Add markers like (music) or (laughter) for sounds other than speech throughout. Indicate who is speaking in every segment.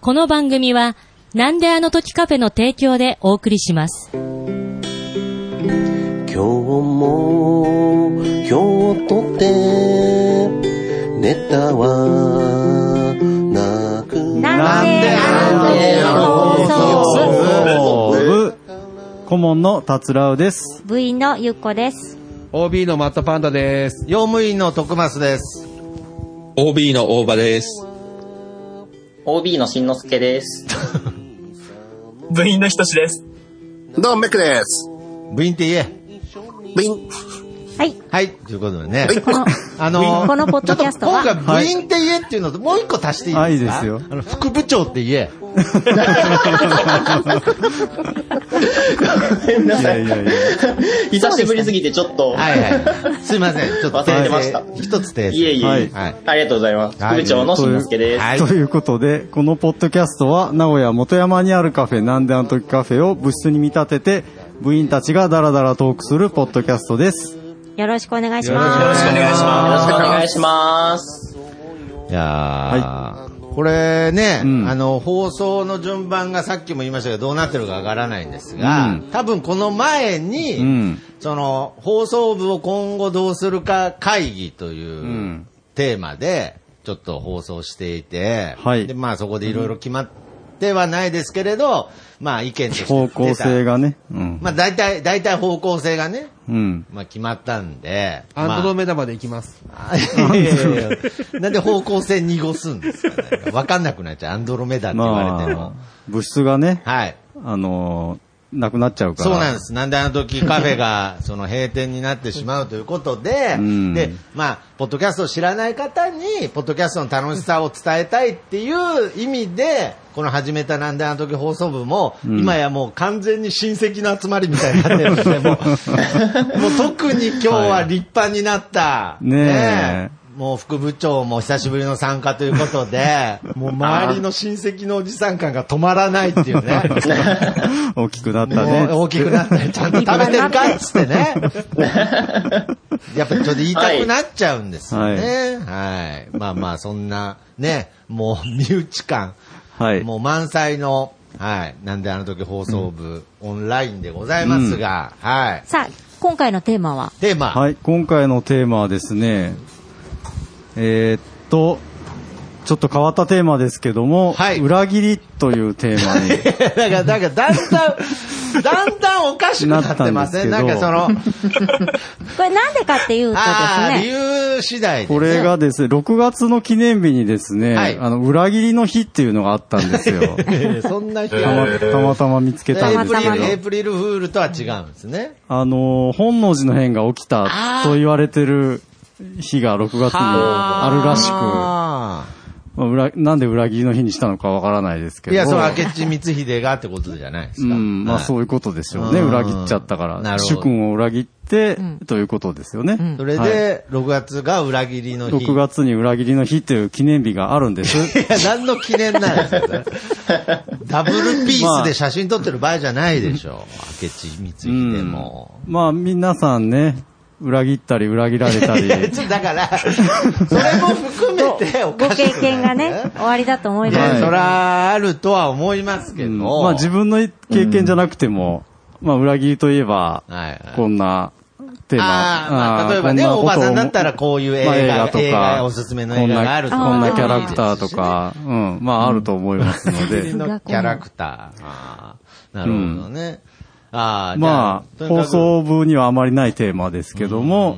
Speaker 1: この番組は、なんであの時カフェの提供でお送りします。
Speaker 2: 今日も今日とてネタはなく
Speaker 3: なんでなんであの
Speaker 4: 放送部顧問の達郎です。
Speaker 5: 部員のゆっこです。
Speaker 3: OB のマットパンダです。
Speaker 6: 用務員の徳増です。
Speaker 7: OB の大場です。
Speaker 8: OB のしんのすけです。
Speaker 9: (laughs) 部員のひとしです。
Speaker 10: どうも、メックです。
Speaker 6: 部員って言え。
Speaker 10: ビン。
Speaker 5: はい。
Speaker 6: はい。ということでね。
Speaker 5: この、
Speaker 6: あのー、
Speaker 5: このポッドキャストは
Speaker 6: ちょっと今回部員って言えっていうのと、もう一個足していいですか
Speaker 4: あいいですよ
Speaker 6: あの、副部長って言え。
Speaker 4: いやいやいや。
Speaker 8: (laughs) 久しぶりすぎてちょっと、
Speaker 6: はいはい。すいません。ちょっと
Speaker 8: (laughs) 忘れてました
Speaker 6: 訂正一つ訂正。
Speaker 8: いえいえ、
Speaker 4: はい
Speaker 6: はい。
Speaker 8: ありがとうございます。
Speaker 6: はい
Speaker 8: 副部長のしんのすけです。
Speaker 6: はい
Speaker 4: ということで、このポッドキャストは、名古屋元山にあるカフェ、なんであの時カフェを部室に見立てて、部員たちがダラダラトークするポッドキャストです。
Speaker 5: よろしくお願いし
Speaker 9: よ
Speaker 5: ま
Speaker 9: ろしくお願いし
Speaker 8: よろしくお
Speaker 9: ま
Speaker 8: 願いします。
Speaker 6: いやーこれね、
Speaker 4: うん
Speaker 6: あの、放送の順番がさっきも言いましたけど、どうなってるかわからないんですが、
Speaker 4: うん
Speaker 6: 多分この前に、
Speaker 4: うん。
Speaker 6: その、放送部を今後どうするか会議というんテーマで、ちょっと放送していて、
Speaker 4: はい
Speaker 6: で、まあそこでいろいろ決まってはないですけれど、まあ意見として
Speaker 4: 方向性
Speaker 6: が。
Speaker 4: がね。うん。
Speaker 6: まあ大体、大体方向性がね、
Speaker 4: うん。
Speaker 6: まあ決まったんで、
Speaker 3: アンドロ
Speaker 6: ま
Speaker 3: メダまで行きます。
Speaker 6: あいやいやいやなんで方向性濁すんですかね。わかんなくなっちゃう。アンドロメダって言われても
Speaker 4: ま。あ、物質がね、
Speaker 6: はい。
Speaker 4: あのーなくなっちゃうから。。
Speaker 6: そうなんですす。なんであの時カフェ
Speaker 4: (laughs)
Speaker 6: が、その閉店になってしまうということで、
Speaker 4: うん
Speaker 6: で、まあ、ポッドキャストを知らない方に、ポッドキャストの楽しさを伝えたいっていう意味で、この始めたなんであの時放送部も、
Speaker 4: ん
Speaker 6: 今やもう完全に親戚の集まりみたいになってるん
Speaker 4: (laughs)
Speaker 6: で、もう、もう特に今日は立派になった。
Speaker 4: ねえ
Speaker 6: えもう副部長も久しぶりの参加ということで、もう周りの親戚のおじさん感が止まらないっていう (laughs)
Speaker 4: (laughs)
Speaker 6: ね。
Speaker 4: 大きくなっ
Speaker 6: も
Speaker 4: たね
Speaker 6: う。大きくな
Speaker 4: (laughs)
Speaker 6: ったり、ちゃんと食べてるかっつってね。 (laughs) やっぱりちょっと言いたくなっちゃうんですよね。はい。まあまあ、そんな、ね、もう身内感、
Speaker 4: はい。
Speaker 6: もう満載の、はい。なんであの時放送部、オンラインでございますが、はい。 (laughs)
Speaker 5: す。さあ、今回のテーマは、
Speaker 6: テーマ、
Speaker 4: はい、今回のテーマはですね、えーっと、ちょっと変わったテーマですけども、
Speaker 6: はい
Speaker 4: 裏切りというテーマに。
Speaker 6: (laughs) だから、だから、だ
Speaker 4: (laughs)
Speaker 6: んだん、だんだんおかしくなってますね。
Speaker 4: な
Speaker 6: な
Speaker 4: ったん
Speaker 6: ん
Speaker 4: で
Speaker 6: か
Speaker 4: すけ
Speaker 6: そ
Speaker 4: ど
Speaker 6: の、
Speaker 5: これなんでかっていうと
Speaker 6: ああ、
Speaker 5: です
Speaker 6: 理
Speaker 5: ね、
Speaker 6: 由次第で、ね。
Speaker 4: これがですね、6月の記念日にですね、
Speaker 6: はい
Speaker 4: あの、裏切りの日っていうのがあったんで
Speaker 6: (laughs)
Speaker 4: すよ。
Speaker 6: えー、そんな人
Speaker 4: (laughs) たまたまたま見つけたんです
Speaker 5: たまたまの
Speaker 6: エイ
Speaker 4: けど、
Speaker 6: プリルエイプリルフールとは違うんですね。
Speaker 4: あの、本能寺の変が起きたと言われてる日が6月にあるらしく、
Speaker 6: あ
Speaker 4: まあ裏なんで裏切りの日にしたのかわからないですけ
Speaker 6: ー
Speaker 4: ど。
Speaker 6: いや、その明智光秀がってことじゃないですか。。
Speaker 4: うん、まあそうういうことでしょうね。
Speaker 6: うん
Speaker 4: 裏切っちゃったか
Speaker 6: な
Speaker 4: ら。
Speaker 6: るほど
Speaker 4: 主君を裏切って、ということですよね。
Speaker 6: それ
Speaker 4: はい、
Speaker 6: で、6月が裏切りの日。
Speaker 4: 6月に裏切りの日という記念日があるん
Speaker 6: (laughs)
Speaker 4: です。
Speaker 6: いや、何の記念なんですか、 (laughs) ダブルピースで写真撮ってる場合じゃないでしょう。明智光秀も。
Speaker 4: まあ皆さんね、裏切ったり裏切られた
Speaker 6: いや、
Speaker 4: り。
Speaker 6: ちょっとだから、それも含めてお
Speaker 5: ご
Speaker 6: かしくない
Speaker 5: 経験がね、終わりだと思い
Speaker 6: い
Speaker 5: ま
Speaker 6: や、
Speaker 5: す。
Speaker 6: そら、あるとは思いますけ
Speaker 4: う
Speaker 6: ど。
Speaker 4: んまあ自分の経験じゃなくても、まあ裏切りといえば、
Speaker 6: はいはい
Speaker 4: こんなテーマ。
Speaker 6: あーまあ
Speaker 4: ー
Speaker 6: 例えばね
Speaker 4: こんなことを
Speaker 6: おばさんだったらこういう映画
Speaker 4: まあ
Speaker 6: 映画おすすめの映画があると
Speaker 4: こ
Speaker 6: か
Speaker 4: んなこんなキャラクターとか、うん、まああると思いますので。
Speaker 6: のキャラクター。あーなるほどね。ああ、じゃ
Speaker 4: まあ、
Speaker 6: とにか
Speaker 4: 放
Speaker 6: く
Speaker 4: 送部にはあまりないテーマですけども、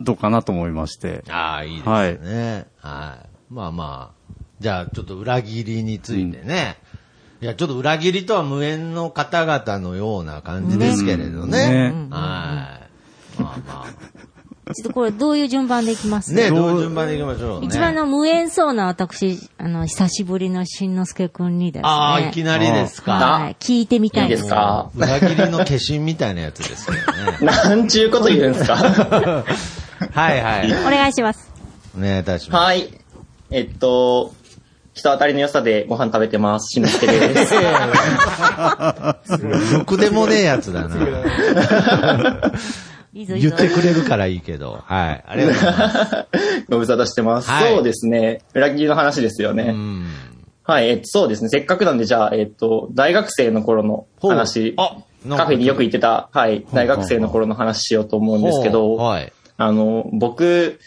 Speaker 4: どうかなと思いまして。
Speaker 6: ああ、いいですね。はい。まあまあ。じゃあ、ちょっと裏切りについてね。いや、ちょっと裏切りとは無縁の方々のような感じですけれどね。
Speaker 4: うんね
Speaker 6: はい。まあま
Speaker 5: ちょっとこれどういう順番でいきま
Speaker 6: あ。
Speaker 5: す
Speaker 6: ねどういう順番でいきましょうね。
Speaker 5: 一番の無縁そうな私、あの、久しぶりのしんのすけくんにですね。
Speaker 6: ああ、いきなりですか。
Speaker 5: はい、聞いてみ
Speaker 8: い
Speaker 5: た
Speaker 8: い
Speaker 5: い
Speaker 8: ですか
Speaker 6: 裏切りの化身みたいなやつですよね。
Speaker 8: (laughs) なんちゅうこと言うんですか
Speaker 6: (laughs) はいはい。
Speaker 5: お願いします。
Speaker 6: お願いいたします。
Speaker 8: はい。えっと、人当たりの良さでご飯食べてます。しんのすけです。
Speaker 6: ろくでもねえやつだな。
Speaker 8: (laughs)
Speaker 5: いいぞいい
Speaker 6: 言
Speaker 5: ぞ
Speaker 6: っ。てくれるからいいけど。はい。ありがとうございます。
Speaker 8: ご無沙汰してます。
Speaker 6: はい
Speaker 8: そうですね。裏切りの話ですよ
Speaker 6: う
Speaker 8: ね。
Speaker 6: ん。
Speaker 8: はい、えっと、そうですね。せっかくなんで、じゃあ、えっと、大学生の頃の話、
Speaker 6: なんか
Speaker 8: カフェによく行ってた、はい、大学生の頃の話しようと思うんですけど、
Speaker 6: はい。
Speaker 8: あの、僕、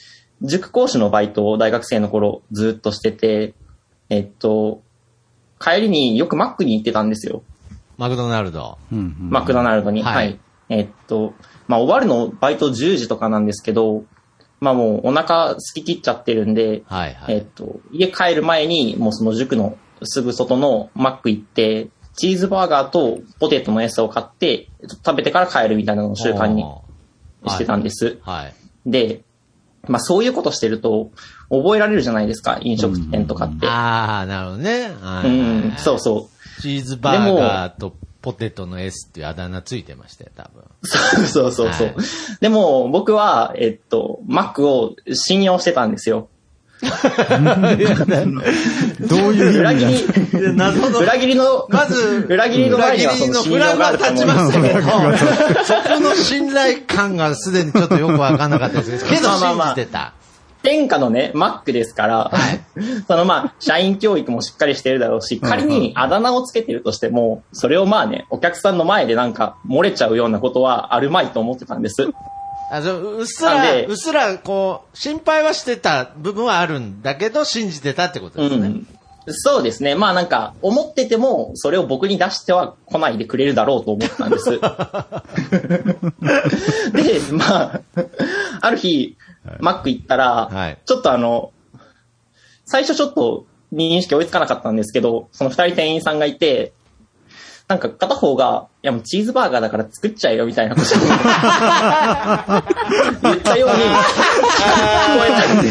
Speaker 8: 塾講師のバイトを大学生の頃ずっとしてて、えっと、帰りによくマックに行ってたんですよ。
Speaker 6: マクドナルド。
Speaker 8: マクドナルドに。
Speaker 6: はい
Speaker 8: はい。えっと、まあ、終わるのバイト10時とかなんですけど、まあもうお腹すき切っちゃってるんで、
Speaker 6: はいは
Speaker 8: えっと、家帰る前に、もうその塾のすぐ外のマック行って、チーズバーガーとポテトの餌を買って、食べてから帰るみたいなのを習慣にしてたんです。
Speaker 6: はい。
Speaker 8: で、まあそういうことしてると、覚えられるじゃないですか、飲食店とかって。
Speaker 6: ああ、なるほどね。は
Speaker 8: う
Speaker 6: い
Speaker 8: ん、そうそう。
Speaker 6: チーズバーガーとポテトの S っていうあだ名ついてましたよ、多分。
Speaker 8: そうそうそう。でも、僕は、えっと、マックを信用してたんです
Speaker 6: (laughs)
Speaker 8: よ。
Speaker 4: どういう
Speaker 8: 裏
Speaker 4: 意
Speaker 8: 切
Speaker 4: 味
Speaker 8: り、
Speaker 6: 謎の
Speaker 8: 裏切りの、
Speaker 6: まず、
Speaker 8: 裏切りの前にはその
Speaker 6: 裏切
Speaker 8: 信
Speaker 6: り
Speaker 8: 用
Speaker 6: のフ
Speaker 8: が
Speaker 6: ラ
Speaker 8: あ
Speaker 6: グ
Speaker 8: ると
Speaker 6: が
Speaker 8: 思う
Speaker 6: 立ちますけ (laughs)
Speaker 8: (laughs)
Speaker 6: ど、そこの信頼感がすでにちょっとよくわかんなかったですけど、けど
Speaker 8: まあまあ
Speaker 6: 信
Speaker 8: まあ
Speaker 6: じてた。
Speaker 8: 天下のね、マックですから、 (laughs) そのまあ、社員教育もしっかりしてるだろうし、仮にあだ名をつけてるとしても、それをまあね、お客さんの前でなんか漏れちゃうようなことはあるまいと思ってたんです。
Speaker 6: あそううっす
Speaker 8: なん
Speaker 6: ら、
Speaker 8: で
Speaker 6: うっすら、こう、心配はしてた部分はあるんだけど、信じてたってことですね。
Speaker 8: うんそうですね。まあなんか、思ってても、それを僕に出しては来ないでくれるだろうと思ったん
Speaker 6: (laughs)
Speaker 8: です。で、まあ、ある日、マック行ったら、ちょっとあの、最初ちょっと認識追いつかなかったんですけど、その二人店員さんがいて、なんか片方が、いやもうチーズバーガーだから作っちゃえよみたいなことを言ったように、聞こえ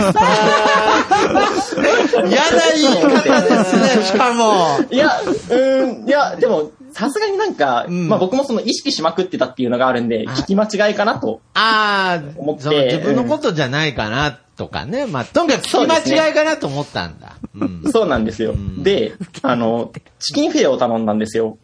Speaker 8: たんです。
Speaker 6: 嫌な言い方ですね、しかも。
Speaker 8: いや、うーん、いや、でも、さすがになんか、まあ僕もその意識しまくってたっていうのがあるんで、聞き間違いかなと。
Speaker 6: あ
Speaker 8: 思っ
Speaker 6: あ、
Speaker 8: て
Speaker 6: その自分のことじゃないかな、とかね。まあ、とにかく聞き間違いかなと思ったんだ。
Speaker 8: そうなんですよ。で、あの、チキンフィレを頼んだんですよ。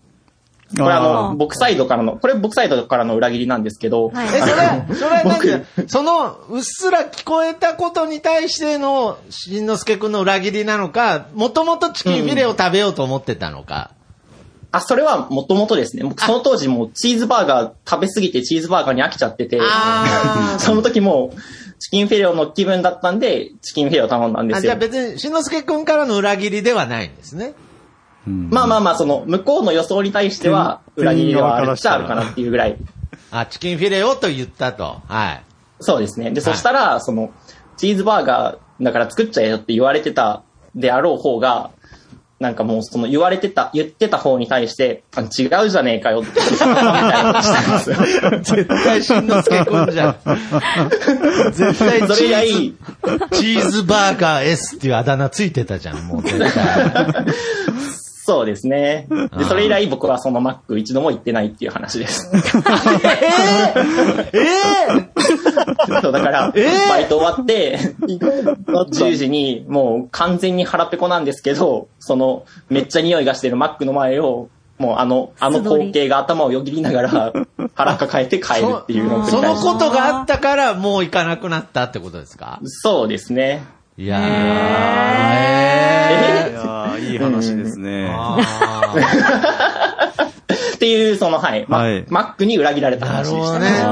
Speaker 8: これあ
Speaker 4: あ
Speaker 8: の、
Speaker 4: ー
Speaker 8: 僕サイドからの、これ僕サイドからの裏切りなんですけど、
Speaker 5: はい
Speaker 6: え、それは、それは何だその、うっすら聞こえたことに対しての、しんのすけくんの裏切りなのか、もともとチキンフィレを食べようと思ってたのか。
Speaker 8: あ、それはもともとですね、僕その当時もうチーズバーガー食べ過ぎてチーズバーガーに飽きちゃってて、
Speaker 6: あ
Speaker 8: (laughs) その時もチキンフィレオの気分だったんで、チキンフィレオ頼んだんで
Speaker 6: あ、
Speaker 8: す
Speaker 6: じ
Speaker 8: よ
Speaker 6: ゃあ。別に、しんのすけくんからの裏切りではないんですね。
Speaker 8: まあまあまあ、その、向こうの予想に対しては、裏切りはあるっちゃあるかなっていうぐらい。
Speaker 6: あ、チキンフィレをと言ったと。はい。
Speaker 8: そうですね。で、
Speaker 6: はい
Speaker 8: そしたら、その、チーズバーガーだから作っちゃえよって言われてたであろう方が、なんかもうその言われてた、言ってた方に対して、あ違うじゃねえかよって言ったみたいなことしたんですよ。
Speaker 6: 絶対しんのすけくんじゃん。
Speaker 8: (laughs)
Speaker 6: 絶対チーズ
Speaker 8: それ以来、
Speaker 6: チーズバーガー S っていうあだ名ついてたじゃん、もう絶対。
Speaker 8: そうですね。
Speaker 6: あ
Speaker 8: で、
Speaker 6: ー
Speaker 8: それ以来僕はそのマック一度も行ってないっていう話です。
Speaker 6: ええ
Speaker 8: そうだから、バイト終わって、10時にもう完全に腹ペコなんですけど、そのめっちゃ匂いがしてるマックの前を、もうあの、あの光景が頭をよぎりながら腹抱えて帰るっていうのを繰り
Speaker 6: その
Speaker 8: 返し
Speaker 6: ことがあったから、もう行かなくなったってことですか
Speaker 8: そうですね。
Speaker 6: いやー。え
Speaker 8: え
Speaker 6: ー
Speaker 4: いやーいい話ですね。
Speaker 6: あ
Speaker 8: (laughs) っていう、その、はい、マ
Speaker 4: はい
Speaker 8: マックに裏切られ
Speaker 6: ー
Speaker 8: た
Speaker 6: なる
Speaker 8: 話で
Speaker 6: ほ
Speaker 8: した
Speaker 6: どね。
Speaker 8: ね。
Speaker 6: だか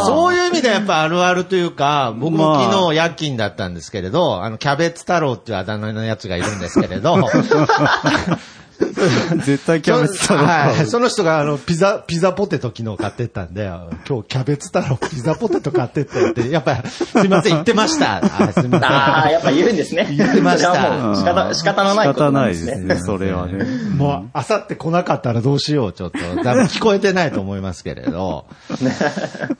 Speaker 6: らそういう意味ではやっぱあるあるというか、僕も
Speaker 4: まあ
Speaker 6: 昨日夜勤だったんですけれど、あの、キャベツ太郎っていうあだ名のやつがいるんですけれ
Speaker 8: (laughs)
Speaker 6: ど、
Speaker 4: 絶対キャベツ太郎
Speaker 6: はい。その人が、あの、ピザ、ピザポテト昨日買ってったんで、あ今日キャベツ太郎ピザポテト買ってったよって、やっぱ、すいません、言ってました。 (laughs) あすいません。
Speaker 8: ああ、やっぱ言うんですね。
Speaker 6: 言ってました
Speaker 8: それはもう仕方、仕方のない
Speaker 4: 仕
Speaker 8: こと
Speaker 4: 方
Speaker 8: な
Speaker 4: なんい
Speaker 8: で
Speaker 4: ですす
Speaker 8: ね。
Speaker 4: ね、それはね。
Speaker 6: (laughs) もう、あさって来なかったらどうしよう、ちょっと。多分聞こえてないと思いますけれ
Speaker 8: (laughs)
Speaker 6: ど。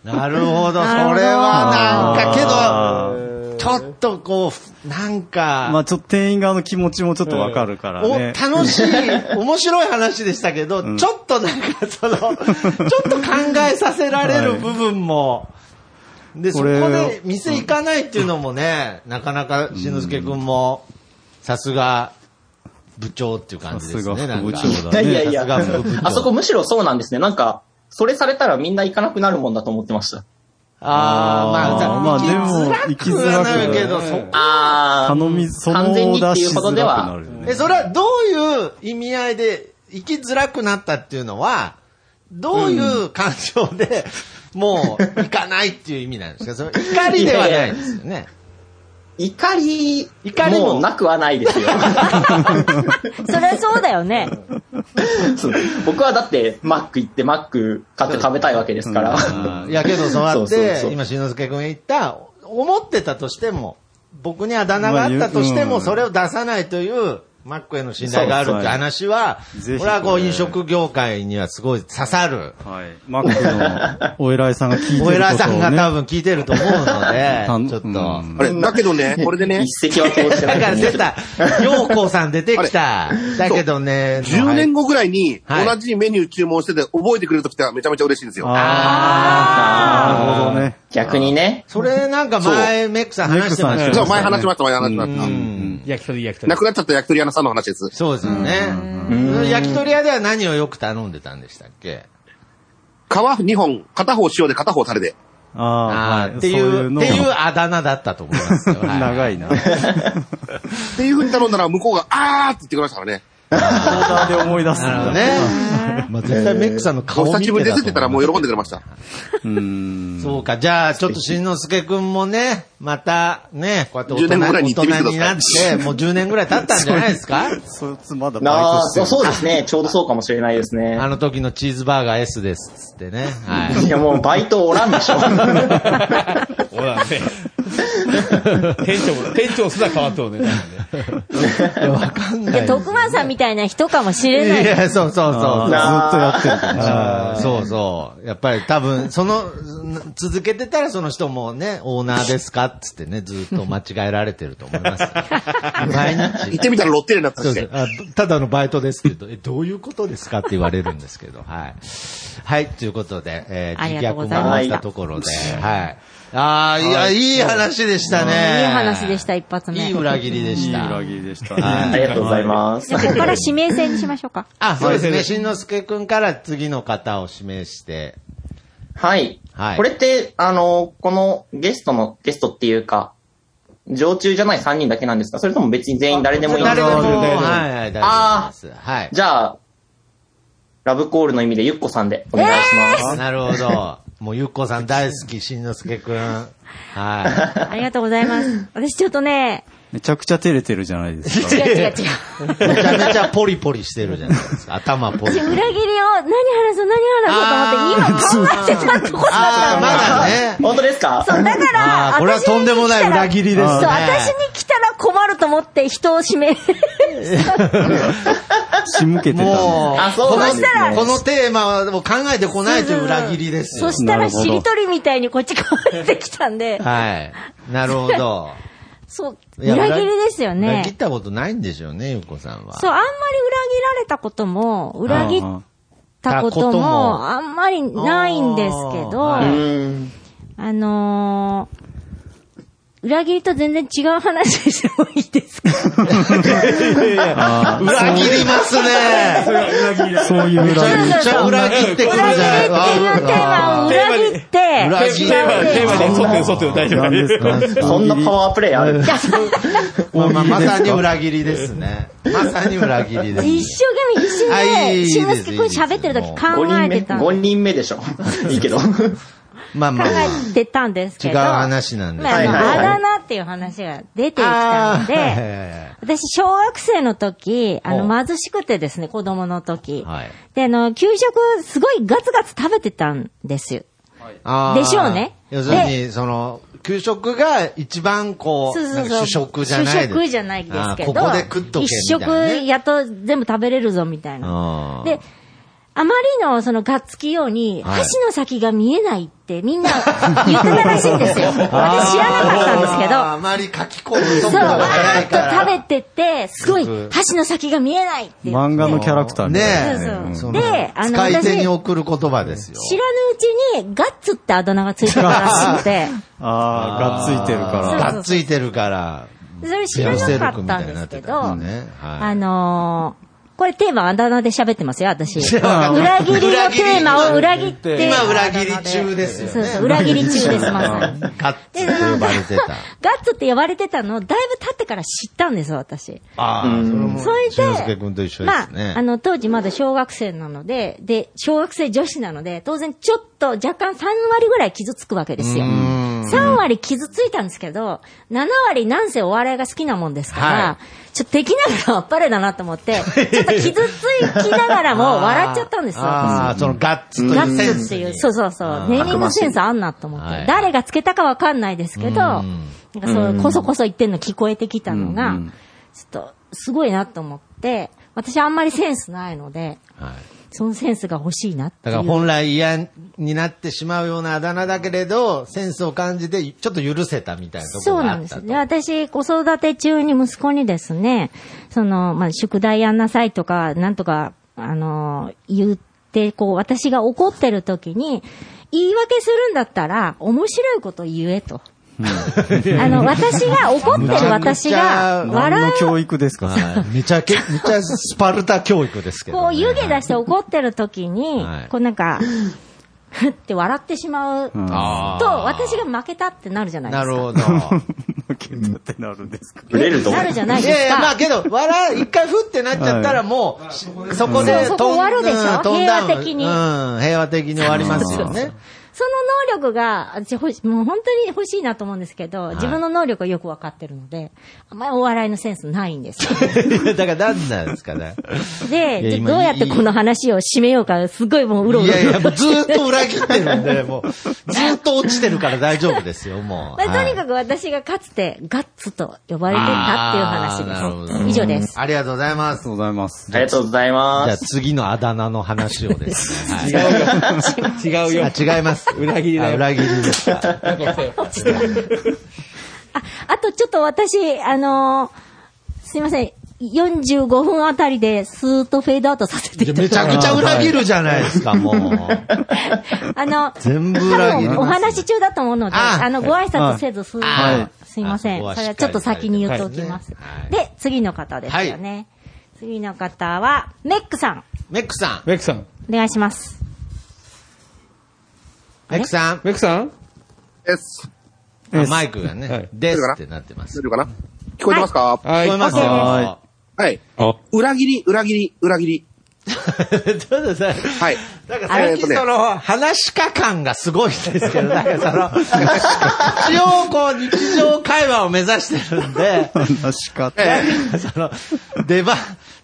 Speaker 6: なるほど、そ
Speaker 5: なるほど
Speaker 6: れはなんか、けど、ちょっとこう、なんか、
Speaker 4: まあちょっと店員側の気持ちもちょっとわかるから
Speaker 6: お
Speaker 4: ね。
Speaker 6: 楽
Speaker 4: (laughs)
Speaker 6: しい、面白い話でしたけど、ちょっとなんかその、ち (laughs) ょっと考えさせられる部分も、で、そこ
Speaker 4: これ
Speaker 6: で店行かないっていうのもね、なかなかしんのすけくんも、さすが、部長っていう感じです
Speaker 4: さ
Speaker 6: ね、
Speaker 4: すが
Speaker 6: なん
Speaker 4: 副
Speaker 6: か。
Speaker 4: 部長
Speaker 8: い
Speaker 4: だ
Speaker 8: や
Speaker 4: ね
Speaker 8: いやいや
Speaker 6: さすが副部、長
Speaker 8: あそこむしろそうなんですね。なんか、それされたらみんな行かなくなるもんだと思ってました。
Speaker 6: あー、まあ、じゃあ、行きづらくはなるけど、そこ
Speaker 8: あ
Speaker 4: 頼み、そのオーダーしづらくなるよね。
Speaker 6: え、それはどういう意味合いで生きづらくなったっていうのは、どういう感情で、もう行かないっていう意味なん (laughs) ですかそれ怒りではないですよね。
Speaker 8: 怒り、
Speaker 6: 怒りも
Speaker 8: もうなくはないですよ。
Speaker 5: (laughs) そりゃそうだよね。
Speaker 8: そう僕はだって、マック行って、マック買って食べたいわけですから。
Speaker 6: いやけど、そうやっ
Speaker 8: そうそう
Speaker 6: て
Speaker 8: そ、う
Speaker 6: 今、しのすけ君が言った、思ってたとしても、僕にあだ名があったとして
Speaker 4: まあ言うう
Speaker 6: も、
Speaker 4: ん
Speaker 6: それを出さないという、マックへの信頼があるって話は、
Speaker 4: ぜひ
Speaker 6: これはこう、飲食業界にはすごい刺さる。
Speaker 4: マックのお偉いさんが聞いてることを、
Speaker 6: お
Speaker 4: ね。
Speaker 6: 偉いさんが多分聞いてると思うので、
Speaker 4: (laughs)
Speaker 6: ちょっと。
Speaker 10: あれ、だけどね、これでね。
Speaker 8: 一石は投じて
Speaker 6: だから出
Speaker 10: (laughs)
Speaker 6: た、ようこさん出てきた。だけどね、
Speaker 10: 10年後ぐらいに、
Speaker 6: はい
Speaker 10: 同じメニュー注文してて、覚えてくれるときはめちゃめちゃ嬉しいんですよ。
Speaker 6: あ
Speaker 4: なるほどね。
Speaker 8: 逆にね。
Speaker 6: それなんか前、メックさん話してまし
Speaker 10: そ
Speaker 6: た
Speaker 10: う、
Speaker 6: よね。
Speaker 10: 前話しました、前話しました。
Speaker 3: 焼き鳥焼き鳥
Speaker 10: な。くなっちゃった焼き鳥屋さんの話です。
Speaker 6: そうですよね。焼き鳥屋では何をよく頼んでたんでしたっけ
Speaker 10: 皮2本、片方塩で片方タレで。
Speaker 6: あ
Speaker 4: あー
Speaker 6: ー
Speaker 4: はい
Speaker 6: ってい、
Speaker 4: そうの
Speaker 6: っていうあだ名だったと思います
Speaker 4: (laughs)
Speaker 6: よ。はい
Speaker 4: 長いな。オ
Speaker 10: っていう風に頼んだら、向こうが、あーって言ってくれましたからね。
Speaker 4: ーダーで思い出すん
Speaker 6: なるほど
Speaker 4: だ。
Speaker 6: ね。まあ絶対メックさんの
Speaker 10: お
Speaker 6: 顔見
Speaker 10: 久
Speaker 6: て
Speaker 10: したぶりですって
Speaker 6: と思
Speaker 10: 言ったら、もう喜んでくれました。
Speaker 4: うん。
Speaker 6: そうか、じゃあ、ちょっとしんのすけくんもね、また、ね、こうやっ
Speaker 10: 10
Speaker 6: て大人
Speaker 10: 年ぐらい
Speaker 6: に
Speaker 10: に行
Speaker 6: 大
Speaker 10: ってみて
Speaker 6: 人
Speaker 10: く
Speaker 6: になっ
Speaker 10: ださ
Speaker 6: て、もう10年ぐらい経ったんじゃな
Speaker 10: (laughs)
Speaker 6: いですか
Speaker 4: そいつまだバ
Speaker 8: な
Speaker 4: イ
Speaker 8: あ
Speaker 4: トして
Speaker 8: そう
Speaker 4: る。
Speaker 8: そうですね。ちょうどそうかもしれないですね。
Speaker 6: あの時のチーズバーガー S ですっつってね。
Speaker 10: (laughs)
Speaker 6: はい。
Speaker 8: いや、もうバイトおらんで
Speaker 6: (laughs)
Speaker 8: しょ。
Speaker 3: ほらね。店長、店長すら変わっとるね。
Speaker 6: わかん
Speaker 5: いや、徳間さんみたいな人かもしれないい。
Speaker 6: や、そうそうそう。
Speaker 4: あーずっとやってるから。
Speaker 6: あーそうそう。やっぱり多分、その、続けてたらその人もね、オーナーですかっつってね、ずっと間違えられてると思い
Speaker 5: (laughs)
Speaker 6: ます。毎
Speaker 10: 行
Speaker 6: 日
Speaker 10: っ。てみたらロッテリアになったし
Speaker 6: そう
Speaker 10: て
Speaker 6: そう。あただのバイトですけど、え、どういうことですかって言われるんですけど、はい。はい、ということで、え
Speaker 5: ありがとうご
Speaker 6: も
Speaker 5: ざいました
Speaker 6: 終わったところで、はい。ああ、いや、いい話でしたね。
Speaker 5: いい話でした、一発目。
Speaker 6: いい裏切りでした。
Speaker 4: 裏切りでした
Speaker 6: はい
Speaker 8: ありがとうございます
Speaker 5: じゃ。あここから指名制にしましょうか。
Speaker 6: あ、そうですね。しんのすけくんから次の方を指名して。
Speaker 8: はい。
Speaker 6: はい
Speaker 8: これって、あの、このゲストの、ゲストっていうか、常駐じゃない3人だけなんですかそれとも別に全員誰でもいいんです
Speaker 6: 誰でも、
Speaker 8: か
Speaker 3: 丈夫
Speaker 6: はい
Speaker 3: 大丈夫
Speaker 6: はい、大丈夫です。はい。
Speaker 8: じゃあ、ラブコールの意味でゆっこさんでお願いします。
Speaker 6: なるほど。もうゆっこさん大好き、しんのすけくん。は
Speaker 5: ありがとうございます。私ちょっとね、
Speaker 4: (laughs) めちゃくちゃ照れてるじゃないですか。
Speaker 5: (laughs) 違う違う違う。
Speaker 6: い。めちゃめちゃポリポリしてるじゃないですか。頭ポリ
Speaker 5: 私。裏切りを何話そう何話そうと思って、今考えてたとこだ
Speaker 6: あ
Speaker 5: った
Speaker 6: あ、
Speaker 5: の。
Speaker 6: まだね。
Speaker 8: 本当ですか
Speaker 5: そう、だから、
Speaker 6: あーこれは
Speaker 5: 私に
Speaker 6: とんでもない
Speaker 5: 来たら
Speaker 6: 裏切りですね
Speaker 5: そう、私に来たら困ると思って人を指
Speaker 6: (laughs)
Speaker 5: 名。
Speaker 4: 仕向けてたんだ。
Speaker 6: もう、
Speaker 8: あそうなんですね
Speaker 6: このこのテーマを考えてこないという裏切りですよ
Speaker 5: そ。したら、しりとりみたいにこっち変わってきたんで、
Speaker 6: はい。なるほど。
Speaker 5: そう、
Speaker 6: いや
Speaker 5: (laughs) 裏切りですよ
Speaker 6: 裏
Speaker 5: ね
Speaker 6: 切。ったことないんでしょうね、ゆっこさんは。
Speaker 5: そう、あんまり裏切られたことも、裏切ったこ
Speaker 6: ああ
Speaker 5: と
Speaker 6: ことも
Speaker 5: も、あんまりないんですけど、
Speaker 6: あーは
Speaker 5: あ
Speaker 6: い
Speaker 8: うん。
Speaker 5: のー、裏切りと全然違う話してもいいですか
Speaker 4: あー
Speaker 6: 裏切りますね。
Speaker 4: そういう
Speaker 6: めち
Speaker 4: 裏切り。
Speaker 6: ゃくちゃ裏切ってくるじ
Speaker 5: 裏切りって
Speaker 6: ゃん。
Speaker 5: いうテーマを裏切って、
Speaker 6: 裏切り
Speaker 5: 違う
Speaker 3: テーマに沿ってる沿ってる大丈夫
Speaker 4: 何
Speaker 3: 大
Speaker 4: です
Speaker 3: 丈
Speaker 4: か
Speaker 8: (laughs) そんなパワープレイある。
Speaker 6: まあまあ、まさに裏切りですね。まさに裏切りです。
Speaker 5: 一生懸命必死
Speaker 6: あいいで
Speaker 5: で、
Speaker 6: す
Speaker 5: しんのすけくん喋ってる時
Speaker 6: いいで
Speaker 5: 考
Speaker 8: 5人
Speaker 5: え
Speaker 8: 目
Speaker 5: てたん
Speaker 8: 5
Speaker 5: で
Speaker 8: 人目で
Speaker 6: (laughs)
Speaker 8: しょ。いいけど。
Speaker 6: まあ
Speaker 5: 考
Speaker 6: まあ、
Speaker 5: えてたんです
Speaker 6: 違
Speaker 5: け
Speaker 6: う
Speaker 5: ど、まあ
Speaker 6: 話なんです
Speaker 5: あ
Speaker 8: はい
Speaker 5: の、
Speaker 8: はい
Speaker 5: あ
Speaker 8: はい
Speaker 5: だ名っていう話が出てきたので、
Speaker 6: で、
Speaker 5: 私、小学生の時、あ
Speaker 6: ほ
Speaker 5: の、
Speaker 6: う
Speaker 5: 貧しくてですね、子供の時。
Speaker 6: はい
Speaker 5: で、あの、給食、すごいガツガツ食べてたんですよ。
Speaker 6: あー
Speaker 5: でしょうね
Speaker 6: 要するに、その、給食が一番こう、
Speaker 5: そうそう
Speaker 6: なん
Speaker 5: そう。
Speaker 6: か主食じゃない
Speaker 5: 主食じゃないですけど、
Speaker 6: あーここで食っとけ
Speaker 5: 一
Speaker 6: みたいな、ね。
Speaker 5: 食やっと全部食べれるぞ、みたいな。
Speaker 6: あー
Speaker 5: で、あまりのそのがっつきように、
Speaker 6: はい
Speaker 5: 箸の先が見えないってみんな言ってたらしい
Speaker 6: (laughs)
Speaker 5: んですよ。私知らなかったんですけど。
Speaker 6: あーあまり書き込むと
Speaker 5: そ
Speaker 6: こ
Speaker 5: う、
Speaker 6: ろ
Speaker 5: わ
Speaker 6: がない
Speaker 5: ーっ
Speaker 6: か
Speaker 5: と食
Speaker 6: ら。
Speaker 5: べてて、すごい箸の先が見えないって。
Speaker 4: 漫画のキャラクターみたいな。
Speaker 5: そうそう
Speaker 4: うん
Speaker 5: そ
Speaker 6: そうの
Speaker 5: であの
Speaker 6: 使い手に送る言葉ですよ。
Speaker 5: 知らぬうちに、ガッツってあだ名がついてたらし
Speaker 6: (laughs)
Speaker 5: くて、
Speaker 4: あー、がっついてる
Speaker 5: そう
Speaker 4: か
Speaker 6: がっついてるから。
Speaker 5: それ知らなかったんですけど、
Speaker 6: ね、
Speaker 5: あ
Speaker 6: はい。
Speaker 5: のー、これテーマあだ名で喋ってますよ、私。
Speaker 6: (laughs) いやわかんな
Speaker 5: 裏
Speaker 6: い
Speaker 5: 切りのテーマを裏切って。
Speaker 6: 今裏切り中ですよね。
Speaker 5: そうそう裏切り中ですまさ (laughs) に。
Speaker 6: ガッツと呼ばれてた。
Speaker 5: (laughs) ガッツって呼ばれてたのをだいぶ経ってから知ったんです、私。
Speaker 6: ああ、それも、
Speaker 5: それで
Speaker 6: 俊介君と一緒で
Speaker 5: ますあ
Speaker 6: ね。、
Speaker 5: あの、当時まだ小学生なので、で、小学生女子なので、当然ちょっと若干3割ぐらい傷つくわけですよ。3割傷ついたんですけど、7割なんせお笑いが好きなもんですから、
Speaker 11: は
Speaker 5: ちょっとできながらあっぱれだなと思って、ちょっと傷つきながらも笑っちゃったんですよ。
Speaker 6: (laughs) ああ、そのガッツと
Speaker 5: ガ
Speaker 6: いうセ
Speaker 5: ッ
Speaker 6: ン
Speaker 5: ツって
Speaker 6: ス。
Speaker 5: いう、そうそうそう、ネーミングセンスあんなと思って、
Speaker 6: はい
Speaker 5: 誰がつけたかわかんないですけど、なんかそうう、
Speaker 11: ん
Speaker 5: こそこそ言ってんの聞こえてきたの
Speaker 11: う
Speaker 5: が
Speaker 11: んうん、
Speaker 5: ちょっと、すごいなと思って、私あんまりセンスないので、
Speaker 6: はい
Speaker 5: そのセンスが欲しいなって
Speaker 6: だ
Speaker 5: い
Speaker 6: から
Speaker 5: う。
Speaker 6: 本来嫌になってしまうようなあだ名だけれど、センスを感じて、ちょっと許せたみたいなとこ
Speaker 5: そ
Speaker 6: ろ
Speaker 5: う
Speaker 6: が
Speaker 5: な
Speaker 6: あ
Speaker 5: ん
Speaker 6: っ
Speaker 5: で
Speaker 6: た
Speaker 5: す。で、私、子育て中に息子にですね、その、まあ、宿題やんなさいとか、なんとか、あの、言って、こう、私が怒ってる時に、言い訳するんだったら、面白いこと言
Speaker 6: (laughs)
Speaker 5: えと。あの、私が、怒ってる私が、
Speaker 4: 何
Speaker 5: 笑
Speaker 4: の教育ですか
Speaker 6: めちゃけ、めちゃスパルタ教育です
Speaker 5: う、
Speaker 6: けど。
Speaker 5: こう、湯気出して怒ってる時に
Speaker 6: はい、
Speaker 5: こうなんか、ふって笑ってしまうと、
Speaker 6: うんあー
Speaker 5: 私が負けたってなるじゃないです
Speaker 6: な
Speaker 5: か。
Speaker 6: るほど。
Speaker 4: 負けたってな (laughs) るんですか
Speaker 5: ブレると思うなるじゃないですか
Speaker 6: やいや、まあけど、笑い、一回ふってなっちゃったらもう、しそこで
Speaker 5: そうそこ終わるでしょ
Speaker 6: うんトーンダウン
Speaker 5: 平和的に
Speaker 6: うん、平和的に終わりますよね。
Speaker 5: その能力が、私欲し、もう本当に欲しいなと思うんですけど、
Speaker 6: い
Speaker 5: 自分の能力をよくわかってるので、あんまりお笑いのセンスない
Speaker 6: (laughs)
Speaker 5: んですよ。
Speaker 6: いやだから何なんですかね。いや
Speaker 5: で、で
Speaker 6: 今
Speaker 5: どうやってこの話を締めようか、すごいもううろう
Speaker 6: い
Speaker 5: ろ。
Speaker 6: やいや、もうずーっと裏切ってるんで、もう、ずーっと落ちてるから大丈夫ですよ、もう。
Speaker 5: (laughs) まあとに
Speaker 6: はい
Speaker 5: かく私がかつてガッツと呼ばれてたっていう
Speaker 6: あ
Speaker 5: 話
Speaker 6: ーなるほ
Speaker 5: です。
Speaker 6: ど
Speaker 5: 以上です。
Speaker 6: ありがとうございます。ありがと
Speaker 4: うございます。
Speaker 8: ありがとうございます。
Speaker 6: じゃあ次のあだ名の話をですね。
Speaker 3: 違う
Speaker 6: は
Speaker 3: よ
Speaker 6: い
Speaker 3: 違うよ
Speaker 6: あ違います。裏切りだ裏切りですか。
Speaker 5: あとちょっと私、あのーすいません。45分あたりでスーッとフェードアウト
Speaker 6: (laughs)
Speaker 5: させていただ
Speaker 6: め
Speaker 5: い
Speaker 6: ち
Speaker 5: て
Speaker 6: ゃくちゃ裏切るじゃないですか、もう。
Speaker 5: あの、
Speaker 6: 全部
Speaker 5: 多
Speaker 6: 裏切り
Speaker 5: 分お
Speaker 6: ます。
Speaker 5: 話中だと思うので、あの、ご挨拶せずする、
Speaker 6: はい
Speaker 5: すいません。
Speaker 6: あそ
Speaker 5: そ
Speaker 6: こは
Speaker 5: れはちょっと先に言っておきます。で、次の方ですよね。次の方は、メックさん。
Speaker 6: メックさん。
Speaker 3: メックさん。
Speaker 5: お願いします。
Speaker 6: メックさん。
Speaker 3: メックさん
Speaker 10: です。
Speaker 6: あマイクが
Speaker 10: は
Speaker 6: ね
Speaker 10: い、
Speaker 6: ですってなってます。
Speaker 10: 大丈夫かな聞こえてますか
Speaker 6: はい聞こえますよは
Speaker 10: はい。裏切り、裏切り、裏切り。
Speaker 6: ちょっとさ、
Speaker 10: はい。
Speaker 6: なんか最近その、話し家感がすごいんですけど、なんかその、一応こう日常会話を目指してるんで、
Speaker 4: 話かって。
Speaker 6: その、出番、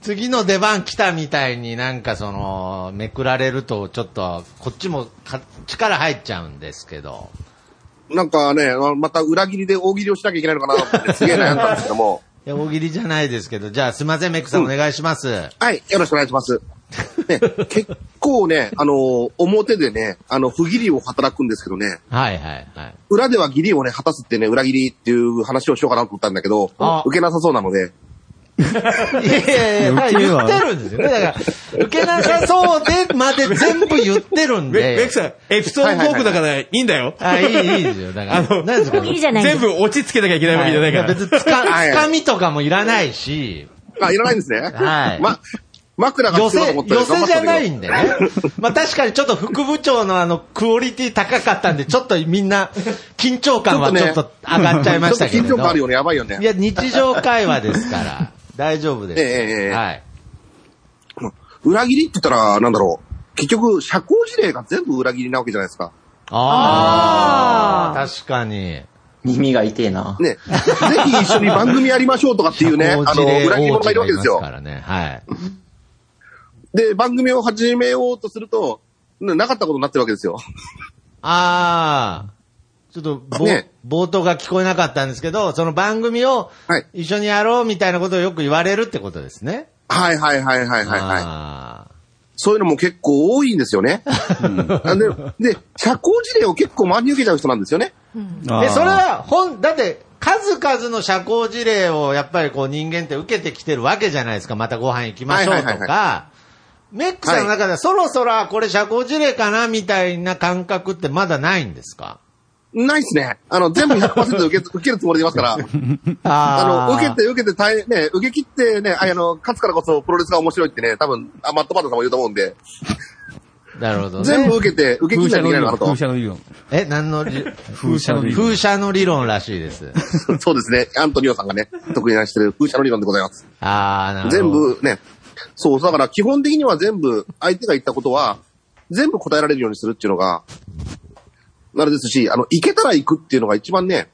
Speaker 6: 次の出番来たみたいになんかその、めくられるとちょっと、こっちもか力入っちゃうんですけど。
Speaker 10: なんかね、あまた裏切りで大喜利をしなきゃいけないのかなと思って、すげえ悩んだんですけども。
Speaker 6: いや、大喜利じゃないですけど、じゃあすいません、メックさんお願いします。
Speaker 10: はい、よろしくお願いします。ね、結構ね、あの表でね、あの、不義理を働くんですけどね、
Speaker 6: はいはいはい。
Speaker 10: 裏では義理をね、果たすってね、裏切りっていう話をしようかなと思ったんだけど
Speaker 6: あ、
Speaker 10: 受けなさそうなので、
Speaker 6: いやいやいや、言ってるんですよね。だから、受けなさそうでまで全部言ってるん
Speaker 3: メメッ
Speaker 6: で
Speaker 3: ク。さん、エピソードトークだからいいんだよ。
Speaker 6: あ、いい、いいですよ。だから、
Speaker 3: あの
Speaker 6: 何ですか
Speaker 3: いいじゃない全部落ち着けなきゃいけないわけじゃないから
Speaker 6: 別につか、つかみとかもいらないし。
Speaker 10: あ、いらないんですね。
Speaker 6: はい。
Speaker 10: ま、枕が
Speaker 6: 寄
Speaker 10: 必要だ
Speaker 6: せ、
Speaker 10: と思ったら
Speaker 6: 寄せじゃないんで
Speaker 10: で
Speaker 6: ね。
Speaker 10: (laughs)
Speaker 6: まあ確かにちょっと副部長のあの、クオリティ高かったんで、ちょっとみんな、緊張感はちょっと上がっちゃいましたけれ
Speaker 10: (laughs)
Speaker 6: ど。
Speaker 10: ちょっと緊張感あるよね、やばいよね。
Speaker 6: いや、日常会話です
Speaker 10: (laughs)
Speaker 6: から、大丈夫です。
Speaker 10: ええええええ
Speaker 6: はい。
Speaker 10: 裏切りって言ったら、なんだろう。結局、社交辞令が全部裏切りなわけじゃないです
Speaker 6: (laughs)
Speaker 10: か。
Speaker 6: ああ、確かに。
Speaker 8: 耳が痛えな。
Speaker 10: ね。ぜひ一緒に番組やりましょうとかっていう
Speaker 6: (laughs)
Speaker 10: ね、あ
Speaker 6: 社
Speaker 10: の、
Speaker 6: 交辞令
Speaker 10: 裏切り者がいるわけです
Speaker 6: 王
Speaker 10: よ
Speaker 6: 子。がいますからね。はい。
Speaker 10: で、番組を始めようとすると、ななかったことになってるわけですよ。
Speaker 6: ああ、ちょっとぼ、
Speaker 10: ね
Speaker 6: 冒頭が聞こえなかったんですけど、その番組を一緒にやろうみたいなことをよく言われるってことですね。
Speaker 10: はいはいはいはいはい、
Speaker 6: はい。
Speaker 10: そういうのも結構多いんですよね。で、で、社交辞令を結構真に受けちゃう人なんですよね。あー
Speaker 6: で、それは、本、だって、数々の社交辞令をやっぱりこう人間って受けてきてるわけじゃないですか。またご飯行きましょうとか。
Speaker 10: はいはいはいは
Speaker 6: メックさんの中ではそろそろこれ社交辞令かなみたいな感覚ってまだないんですか
Speaker 10: ないっすね。あの、全部100%受け、 (laughs) 受けるつもりでいますから。あの、受けて受けて大変、ね、受け切ってね、ああの、勝つからこそプロレスが面白いってね、多分、あ、マットパンダさんも言うと思うんで、
Speaker 6: なるほどね。
Speaker 10: 全部受けて、受け切らないといけないのかなと。
Speaker 6: の理論。え、何の理風
Speaker 10: 車の理論
Speaker 6: 風車の理論らしいです。
Speaker 10: (laughs) そうですね。アントニオさんが
Speaker 6: (laughs)
Speaker 10: ね、得意なしてる風車の理論でございます。
Speaker 6: あー、なるほど。
Speaker 10: 全。部ね、そう、だから基本的には全部、相手が言ったことは、全部答えられるようにするっていうのが、あれですし、あの、行けたら行くっていうのが一番ね、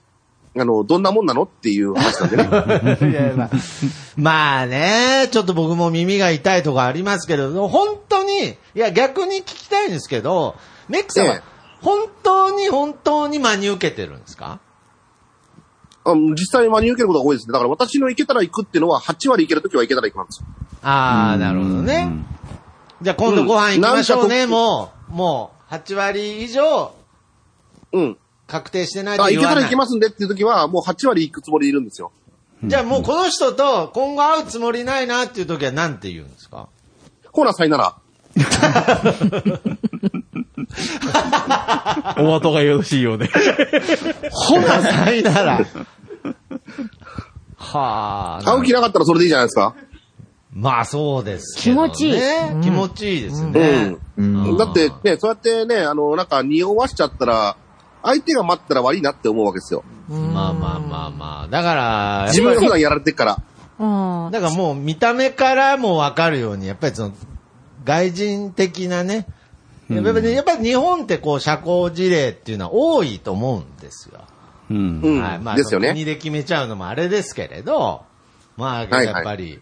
Speaker 10: あの、どんなもんなのっていう話なんでね。
Speaker 6: (laughs) まあね、ちょっと僕も耳が痛いとこありますけれど、本当に、いや逆に聞きたいんですけど、メックさんは本当に本当に真に受けてるんですか
Speaker 10: あの実際に真に受けることが多いですね。だから私の行けたら行くっていうのは、8割行けるときは行けたら行くなんですよ。
Speaker 6: ああ、なるほどね。じゃあ今度ご飯行きましょうね、もう、もう、8割以上、
Speaker 10: うん。
Speaker 6: 確定してないと
Speaker 10: あ、行
Speaker 6: 言
Speaker 10: け
Speaker 6: わ
Speaker 10: た
Speaker 6: な
Speaker 10: ら
Speaker 6: い。
Speaker 10: 行けますんでっていうときは、もう8割行くつもりでいるんですよ。
Speaker 6: じゃあもうこの人と今後会うつもりないなっていう時は何て言うんですか
Speaker 10: ほら、さいなら。
Speaker 3: お後がよろしいようで。
Speaker 6: ほな、さい
Speaker 10: (laughs)
Speaker 6: なら。はあ。
Speaker 10: 会う気なかったらそれでいいじゃないですか。
Speaker 6: まあそうですけど、ね。
Speaker 5: 気持ちいいうん
Speaker 6: 気持ちいいですね。うん
Speaker 10: だってね、そうやってね、あの、なんか匂わしちゃったら、相手が待ったら悪いなって思うわけですよ。
Speaker 6: まあまあまあまあ。だから、
Speaker 10: 自分が普段やられてっから。
Speaker 5: うん。
Speaker 6: だからもう見た目からもわかるように、やっぱりその、外人的なね、やっぱりねやっぱり日本ってこう社交辞令っていうのは多いと思うんですよ。
Speaker 4: うん
Speaker 10: うん
Speaker 6: はい、まあ、
Speaker 10: ですよね
Speaker 6: その国で決めちゃうのもあれですけれど、まあ、やっぱ
Speaker 10: はい
Speaker 6: り、
Speaker 10: はい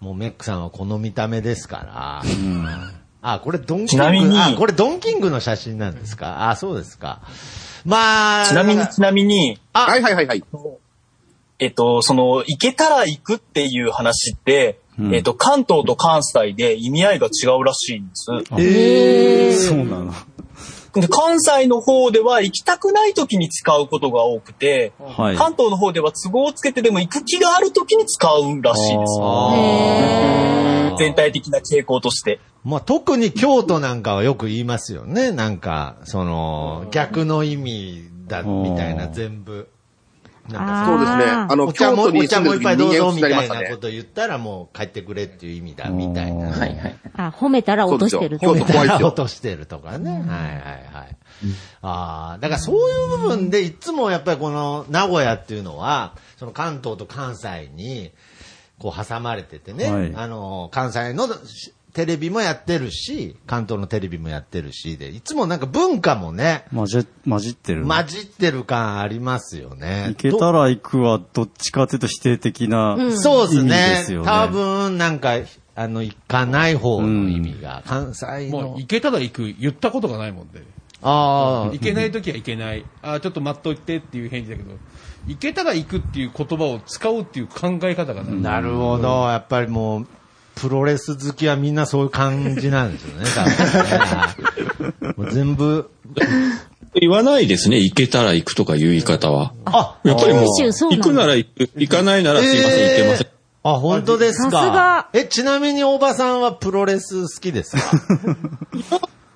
Speaker 6: もうメックさんはこの見た目ですから、あ、これドンキ
Speaker 9: ち
Speaker 6: ング
Speaker 9: なみに
Speaker 6: あ、これドンキングの写真なんですかあ、そうですか。まあ、
Speaker 9: ちなみ
Speaker 6: だ
Speaker 9: に、
Speaker 6: か
Speaker 9: ちなみに、
Speaker 6: ら
Speaker 10: は
Speaker 6: あ、
Speaker 10: いはいはいはい。
Speaker 9: えっと、その、行けたら行くっていう話って、
Speaker 4: うん
Speaker 9: えっと、関東と関西で意味合いが違うらしいんです。
Speaker 4: ええそうなの。
Speaker 9: で関西の方では行きたくない時に使うことが多くて、
Speaker 4: はい。
Speaker 9: 関東の方では都合をつけてでも行く気がある時に使うらしいです。
Speaker 6: あー
Speaker 9: 全体的な傾向として。
Speaker 6: まあ、特に京都なんかはよく言いますよね。なんか、その、逆の意味だ、みたいな、
Speaker 4: うん
Speaker 6: 全部。
Speaker 5: あ
Speaker 10: そうですね。
Speaker 5: あー
Speaker 10: あの、
Speaker 6: お茶
Speaker 10: 京
Speaker 6: も、
Speaker 10: 都
Speaker 6: お
Speaker 10: に
Speaker 6: 茶
Speaker 10: 住んでる
Speaker 6: もいっ
Speaker 10: 時
Speaker 6: ぱい
Speaker 10: に
Speaker 6: どう
Speaker 10: 人間
Speaker 6: ぞ
Speaker 10: を
Speaker 6: み
Speaker 10: 失い
Speaker 6: た
Speaker 10: ま
Speaker 6: い
Speaker 10: した
Speaker 6: なこ
Speaker 10: ね。
Speaker 6: と言ったらもう帰ってくれっていう意味だ、みたいな。
Speaker 8: はいはい。
Speaker 5: あ、褒めたら落としてる
Speaker 10: そ
Speaker 5: と
Speaker 10: うですよ。怖いです
Speaker 6: (laughs) 落
Speaker 10: よ。
Speaker 6: としてるとかね。はいはいはい。ああ、だからそういう部分でいつもやっぱりこの名古屋っていうのは、その関東と関西にこう挟まれててね、
Speaker 4: はい
Speaker 6: あの、関西のしテレビもやってるし、関東のテレビもやってるしで、いつもなんか文化もね、
Speaker 4: 混じ、混じってる。
Speaker 6: 混じってる感ありますよね。
Speaker 4: 行けたら行くは、どっちかというと否定的な。
Speaker 5: うん
Speaker 6: そうです
Speaker 4: 意味
Speaker 6: ね。
Speaker 4: ですよね
Speaker 6: 多分、なんか、あの、行かない方の意味が、関西
Speaker 3: も
Speaker 6: の
Speaker 3: う、。行けたら行く、言ったことがないもんで。
Speaker 6: ああ
Speaker 3: 行、けないときは行けない。あーちょっと待っといてっていう返事だけど、行けたら行くっていう言葉を使うっていう考え方がない。
Speaker 6: なるほど。やっぱりもう、プロレス好きはみんなそういう感じなんです
Speaker 7: (laughs)
Speaker 6: よね、多分ね。もう全部、
Speaker 7: 言わないですね。行けたら行くとかいう言い方は。
Speaker 6: あ、
Speaker 7: やっぱりもう、
Speaker 5: 九州そうな
Speaker 7: 行
Speaker 5: んだ
Speaker 7: くなら行く、行かないならすいません、行けません。
Speaker 6: あ、本当ですか。
Speaker 5: さすが
Speaker 6: え、ちなみに大場さんはプロレス好きですか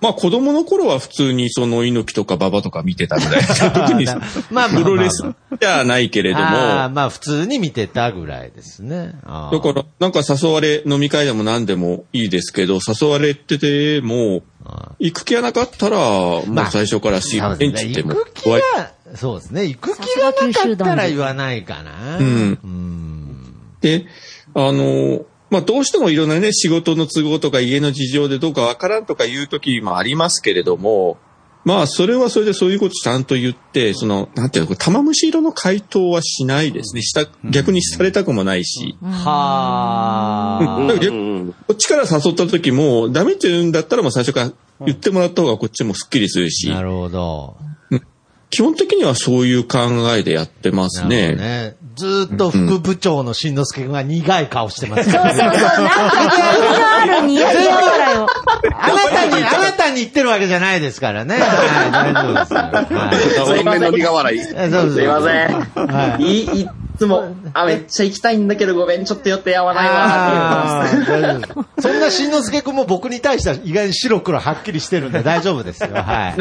Speaker 7: まあ子供の頃は普通にその猪木とか馬場とか見てたぐ
Speaker 6: (laughs)
Speaker 7: らい。特に
Speaker 6: あーなまあまあまあ
Speaker 7: (laughs) プロレスじゃないけれども、
Speaker 6: あーまあ普通に見てたぐらいですね。あー
Speaker 7: だからなんか誘われ、飲み会でも何でもいいですけど、誘われてても、
Speaker 6: あ
Speaker 7: 行く気がなかったら、もう
Speaker 6: まあ
Speaker 7: 最初からし、
Speaker 6: そう
Speaker 7: ベン
Speaker 6: で
Speaker 7: チ
Speaker 6: す
Speaker 7: って
Speaker 6: ね
Speaker 7: も
Speaker 6: 行く気
Speaker 7: 怖い。
Speaker 6: が、そうですね。行く気がなかったら言わないかな。
Speaker 7: うん
Speaker 6: うん。
Speaker 7: で、あの、まあ、どうしてもいろんなね、仕事の都合とか家の事情でどうかわからんとかいう時もありますけれども、まあ、それはそれでそういうことちゃんと言って、その、なんていうの、こう玉虫色の回答はしないですね。した、逆にされたくもないし。だから逆に
Speaker 10: う
Speaker 6: はあ。
Speaker 10: んうん
Speaker 7: こっちから誘った時も、ダメって言うんだったらもう最初から言ってもらった方がこっちもスッキリするし、
Speaker 6: なるほど。
Speaker 7: 基本的にはそういう考えでやってます
Speaker 6: なる
Speaker 7: ね。
Speaker 6: ほどね。ずーっと副部長のしんのすけくんが苦い顔してますから、
Speaker 5: そうそう、なんか意味があるにやり笑い
Speaker 6: あ
Speaker 5: を。
Speaker 6: なたに、あなたに言ってるわけじゃないですからね。はい、大丈夫ですよ。
Speaker 10: (laughs)
Speaker 6: はい
Speaker 10: 顔面の苦笑い。
Speaker 6: えそうです
Speaker 8: すいませ
Speaker 6: は
Speaker 8: ん。いい、いっつも、あ、めっちゃ行きたいんだけど、ごめん、ちょっと予定合わないわ
Speaker 6: あー大丈夫ですそんなしんのすけくんも僕に対しては意外に白黒はっきりしてるんで大丈夫ですよ。はい。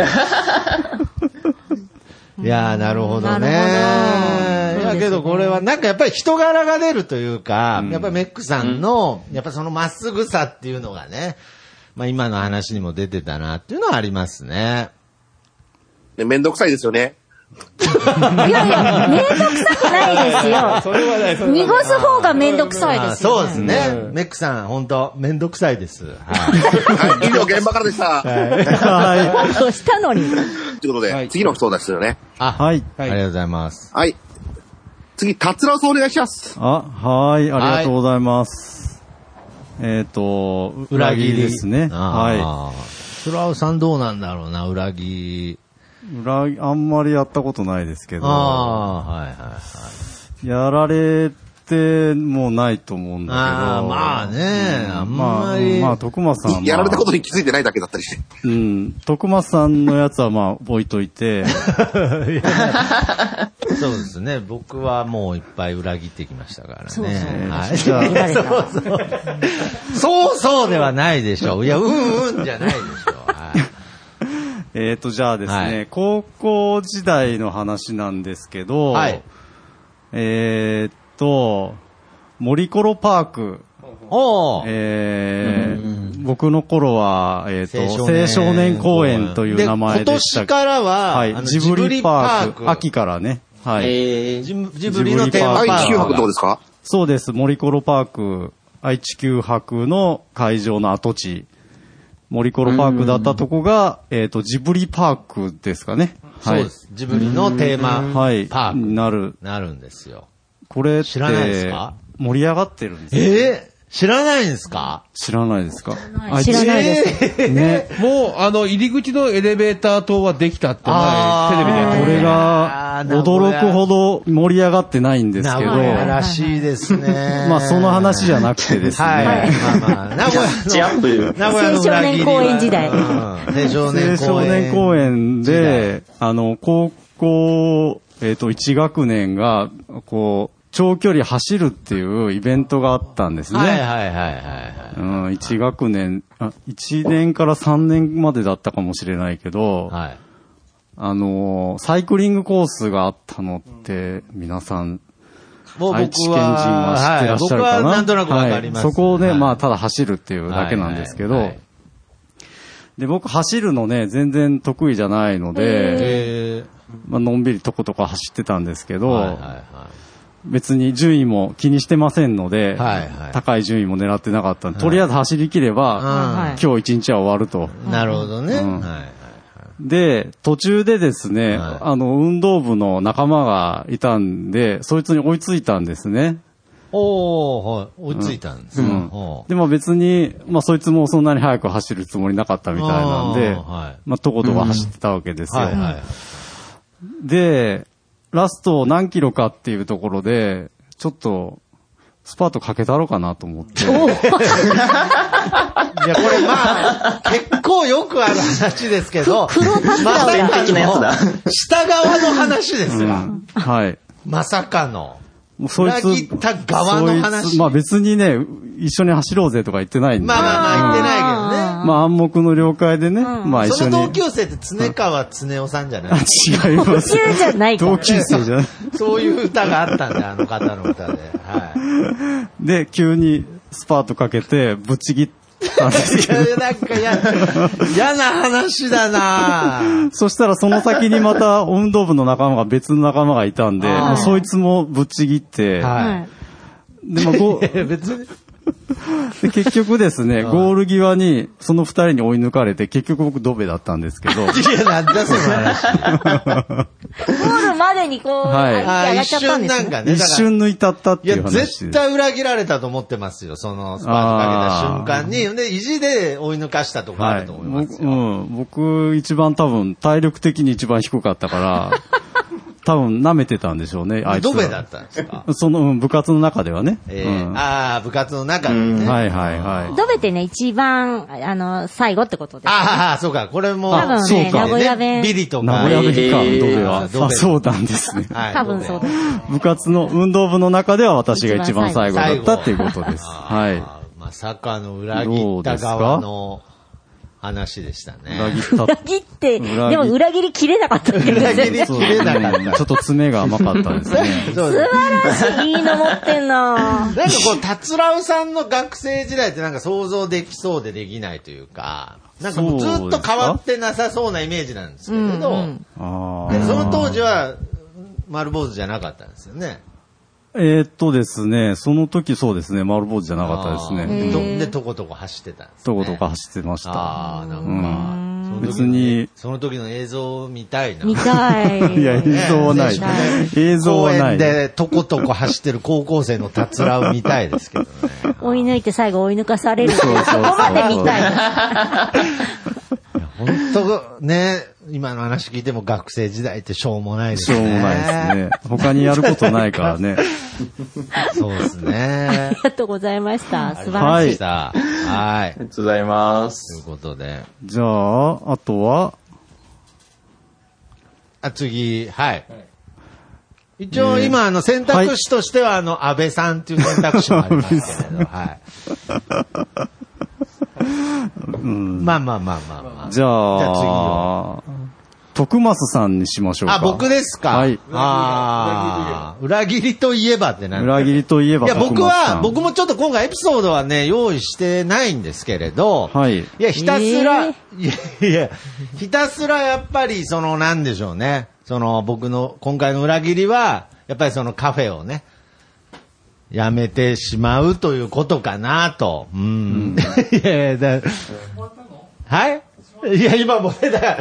Speaker 6: いやー、なるほどね。いや、けどこれは、なんかやっぱり人柄が出るというか、やっぱりメックさんの、やっぱそのまっすぐさっていうのがね、まあ今の話にも出てたなっていうのはありますね。
Speaker 10: ね、めんどくさいですよね。
Speaker 5: いやいや、めんどくさくないです
Speaker 10: そ
Speaker 5: よ。
Speaker 10: れはないそれはない
Speaker 5: 濁す方がめんどくさいです
Speaker 6: そう
Speaker 5: よ、ね。
Speaker 6: ですね。メックさん、本当めんどくさいです。
Speaker 10: 以上、現場からでした。
Speaker 5: もっとしたのに。
Speaker 10: ということで、次の相談ですよね。
Speaker 4: はい。
Speaker 6: ありがとうございます。
Speaker 10: はい。次、達郎さんお願いします。
Speaker 4: あ、はい、ありがとうございます。えっ、と、裏切りですね。は
Speaker 6: はい。浦尾さんどうなんだろうな、裏切り。
Speaker 4: い。裏切、あんまりやったことないですけど、
Speaker 6: ああ、はいはいはい。
Speaker 4: やられてもないと思うんだけど。
Speaker 6: あーまあねあんまり
Speaker 4: まあ、まあ、徳間さんは、
Speaker 10: やられたことに気づいてないだけだったりして。
Speaker 4: うん。徳松さんのやつはまあ、置いといて、
Speaker 6: そうですね。僕はもういっぱい裏切ってきましたからね。
Speaker 5: そうそう
Speaker 6: はい
Speaker 4: じゃあ
Speaker 6: そうそう。 (laughs) そうそうではないでしょう。いや、うんうんじゃないでしょう。はい
Speaker 4: (laughs) えっと、じゃあですね、
Speaker 6: はい
Speaker 4: 高校時代の話なんですけど、
Speaker 6: はい
Speaker 4: えっと、森コロパーク、
Speaker 6: おー
Speaker 4: えー僕の頃は、えっと青少年公園という
Speaker 6: で
Speaker 4: 名前でした
Speaker 6: 今年からは、
Speaker 4: はい
Speaker 6: あ、の
Speaker 4: ジブリパーク、秋
Speaker 6: か。
Speaker 4: からね、はい、
Speaker 6: えージブジブリのテーマ
Speaker 10: はい、
Speaker 6: パ
Speaker 10: 9
Speaker 6: ーク
Speaker 10: 泊のとこですか
Speaker 4: そうです、森コロパーク、愛知九博の会場の跡地、森コロパークだったとこが、えっ、と、ジブリパークですかね。
Speaker 6: そうです。ジブリのテーマ
Speaker 4: はい。
Speaker 6: パーク
Speaker 4: になる。
Speaker 6: なるんですよ。
Speaker 4: これって、
Speaker 6: 知らないですか
Speaker 4: 盛り上がってるんですよ
Speaker 6: えー知らないんですか
Speaker 4: 知らないですか
Speaker 1: 知らないです。
Speaker 4: す。ね。
Speaker 3: もう、あの、入り口のエレベーター塔はできたって
Speaker 6: あー
Speaker 3: 前、テレビでやって
Speaker 4: こ
Speaker 3: ました
Speaker 4: れが
Speaker 6: あ、ー
Speaker 4: 驚くほど盛り上がってないんです
Speaker 6: 名
Speaker 4: けど、
Speaker 6: 古屋らしいですね。
Speaker 4: (laughs) まあその話じゃなくてですね
Speaker 6: はい。まあまあ、名古屋の。
Speaker 8: ジャンプ。
Speaker 6: 名古屋の裏切りは
Speaker 5: 青少年公園時代
Speaker 6: うん (laughs) 青少
Speaker 4: 青
Speaker 6: 年公
Speaker 4: 少
Speaker 6: 園。
Speaker 4: 年公園で、あの、高校、えっ、と、1学年が、こう、長距離走るっていうイベントがあったんですね。
Speaker 6: はいはいはいは
Speaker 4: うん、1学年、あ、1年から3年までだったかもしれないけど、
Speaker 6: い。はい。
Speaker 4: あのーサイクリングコースがあったのって、皆さん、
Speaker 6: も
Speaker 4: 愛知県人は知ってらっしゃるか
Speaker 6: はい
Speaker 4: な、
Speaker 6: 僕はなんとなくわかります。
Speaker 4: はいそこをね、
Speaker 6: はい
Speaker 4: まあ、ただ走るっていうだけなんですけ
Speaker 6: は
Speaker 4: ど、
Speaker 6: いはいはい
Speaker 4: で、僕走るのね、全然得意じゃないので、
Speaker 6: え
Speaker 4: まあのんびりとことか走ってたんですけど、
Speaker 6: ーはいは
Speaker 4: 別に順位も気にしてませんの
Speaker 6: いは
Speaker 4: で、
Speaker 6: い。はいは
Speaker 4: 高い順位も狙ってなかったんで、とりあえず走り切れば、
Speaker 6: い。
Speaker 5: はい
Speaker 4: 今日一日は終わると。
Speaker 6: うん。なるほどね。は
Speaker 4: ん
Speaker 6: いはい。
Speaker 4: で、途中でですね、
Speaker 6: はい
Speaker 4: あの、運動部の仲間がいたんで、そいつに追いついたんですね。
Speaker 6: おー、はい。追いついたんですね
Speaker 4: うん
Speaker 6: おー
Speaker 4: で、まあ別に、まあそいつもそんなに速く走るつもりなかったみたいなんで、
Speaker 6: あーはい
Speaker 4: まあとことこ走ってたわけですよ。
Speaker 6: はいはい。
Speaker 4: で、ラスト何キロかっていうところで、ちょっと、スパートかけたろうかなと思って。
Speaker 6: いや、これまあ、結構よくある話ですけど、
Speaker 5: (laughs) 黒パス
Speaker 6: ま
Speaker 5: タ
Speaker 6: さ
Speaker 5: をや
Speaker 6: か
Speaker 5: る
Speaker 8: 的なやつだ
Speaker 6: の、下側の話です
Speaker 4: う
Speaker 6: よ。
Speaker 4: んはい。
Speaker 6: まさかの。
Speaker 4: もうそいつ、
Speaker 6: 裏切った側の話
Speaker 4: そいつまあ別にね、一緒に走ろうぜとか言ってないんで。
Speaker 6: まあまあまあ言ってないけどね。
Speaker 4: まあ暗黙の了解でね、まあ一
Speaker 6: そ
Speaker 4: 緒
Speaker 6: の
Speaker 4: に。
Speaker 6: 同級生って常川常夫さんじゃない
Speaker 4: あ違います。
Speaker 5: 急じゃないから
Speaker 4: 同級生じゃない。
Speaker 6: そういう歌があったんだ、あの方の歌で。は
Speaker 4: で、急にスパートかけて、ぶっちぎったんです
Speaker 6: い。い
Speaker 4: けど。
Speaker 6: や、なんか嫌、嫌な話だな
Speaker 4: (laughs) そしたらその先にまた運動部の仲間が別の仲間がいたんで、
Speaker 6: あー
Speaker 4: もうそいつもぶっちぎって、
Speaker 6: は
Speaker 4: で、まあご
Speaker 6: い。いや (laughs) 別に。
Speaker 4: で結局ですね、ゴール際にその二人に追い抜かれて、結局僕ドベだったんですけ
Speaker 6: (laughs)
Speaker 4: ど、
Speaker 6: いや、なんだその話。
Speaker 5: ゴールまでにこう、
Speaker 4: はい
Speaker 5: あ上
Speaker 6: あー
Speaker 5: がっち
Speaker 6: 一
Speaker 5: ゃった
Speaker 6: 瞬
Speaker 5: んで
Speaker 6: な
Speaker 5: す
Speaker 6: ん
Speaker 5: ね。
Speaker 6: かね。
Speaker 4: 一
Speaker 6: だから
Speaker 4: 瞬抜いたったっ
Speaker 6: い
Speaker 4: てい
Speaker 6: や
Speaker 4: う、話です。
Speaker 6: 絶対裏切られたと思ってますよ、そのスパートかけた瞬間に。で、意地で追い抜かしたとかあると思いますよ。
Speaker 4: はい、僕うん、僕一番多分、体力的に一番低かった
Speaker 6: (laughs)
Speaker 4: から、多分舐めてたんでしょうね、あいつ
Speaker 6: ド
Speaker 4: は
Speaker 6: ベだったんです
Speaker 4: (laughs)
Speaker 6: か
Speaker 4: その、うん部活の中ではね。
Speaker 6: え
Speaker 4: う
Speaker 6: ー、
Speaker 4: ん
Speaker 6: ああ、部活の中でね。
Speaker 4: はいはいは
Speaker 5: ドベてね、一番、あの、最後ってことです。
Speaker 6: ああ、そうか、これも、
Speaker 5: 多分ね
Speaker 4: そうか名
Speaker 5: 古屋弁
Speaker 6: ビリと
Speaker 4: い。
Speaker 6: か。
Speaker 4: 名古屋弁か、
Speaker 8: えー
Speaker 4: ドベは。
Speaker 6: ドベ
Speaker 4: あ、そうなんですね。
Speaker 6: (laughs) はい
Speaker 5: 多分そうだ。
Speaker 4: 部活の運動部の中では私が一番最後だったっていうことです。
Speaker 6: 最後
Speaker 4: は
Speaker 6: あーまさかの裏切った側の話でしたね。
Speaker 4: 裏切った
Speaker 5: 裏切って、で
Speaker 4: 裏切
Speaker 5: も裏切り切れなかったですね
Speaker 6: 裏切り切れなかった。
Speaker 4: ちょっと爪が甘かったですね。
Speaker 6: (laughs) そう
Speaker 5: 素晴らしい、いいの持ってんな
Speaker 6: (laughs) なんかこう、達郎さんの学生時代ってなんか想像できそうでできないというか、なんかもうずっと変わってなさそうなイメージなんですけれど、
Speaker 5: うんうん
Speaker 4: あ
Speaker 6: で
Speaker 4: ー
Speaker 6: その当時は丸坊主じゃなかったんですよね。
Speaker 4: えーっとですね、その時そうですね、丸坊主じゃなかったです
Speaker 6: あ
Speaker 4: ね。
Speaker 6: ーで、とことこ走ってたんですね。
Speaker 4: とことか走ってました。
Speaker 6: ああ、なんか、その時の
Speaker 4: 別に、
Speaker 6: その時の映像を見たいな。
Speaker 5: 見たい。
Speaker 4: (laughs) いや、映像はない
Speaker 5: ねね。
Speaker 4: 映像はな
Speaker 6: 公園
Speaker 4: い。
Speaker 6: でとことこ走ってる高校生のたつらを見たいですけどね。
Speaker 5: 追い抜いて最後追い抜かされる。そこ
Speaker 4: うそうそう
Speaker 5: まで見たい。
Speaker 6: 本当ね、今の話聞いても学生時代ってしょうもないです
Speaker 4: し
Speaker 6: ね。
Speaker 4: ょうもないですね。他にやることないからね。
Speaker 6: (laughs) そうですね
Speaker 5: あり。がとうございました。素晴ら
Speaker 4: は
Speaker 5: しい。
Speaker 4: い
Speaker 6: でした。はい。
Speaker 8: りがとうございま
Speaker 6: という
Speaker 8: す。
Speaker 6: ことで。
Speaker 4: じゃあ、あとは、
Speaker 6: あ、次、はい。一応今、あの、選択肢としては、あの、安倍さんっていう選択肢もありますけれど、はい。まあまあまあまあまあ。
Speaker 4: じ
Speaker 6: じゃあ次
Speaker 4: ゃあ、徳松さんにしましょうか。
Speaker 6: あ、僕ですか
Speaker 4: はい。
Speaker 6: ああ、裏切りといえばってなんだ
Speaker 4: 裏切りといえば
Speaker 6: いや、僕は、僕
Speaker 4: も。
Speaker 6: もちょっと今回エピソードはね、用意してないんですけれど、
Speaker 4: はい。
Speaker 6: いや、ひたすら、
Speaker 5: えー
Speaker 6: いやいや、ひたすらやっぱり、その、なんでしょうね。その、僕の、今回の裏切りは、やっぱりそのカフェをね、やめてしまうということかなと。うん。 (laughs) いやいや、だはいいや、今もうね、だから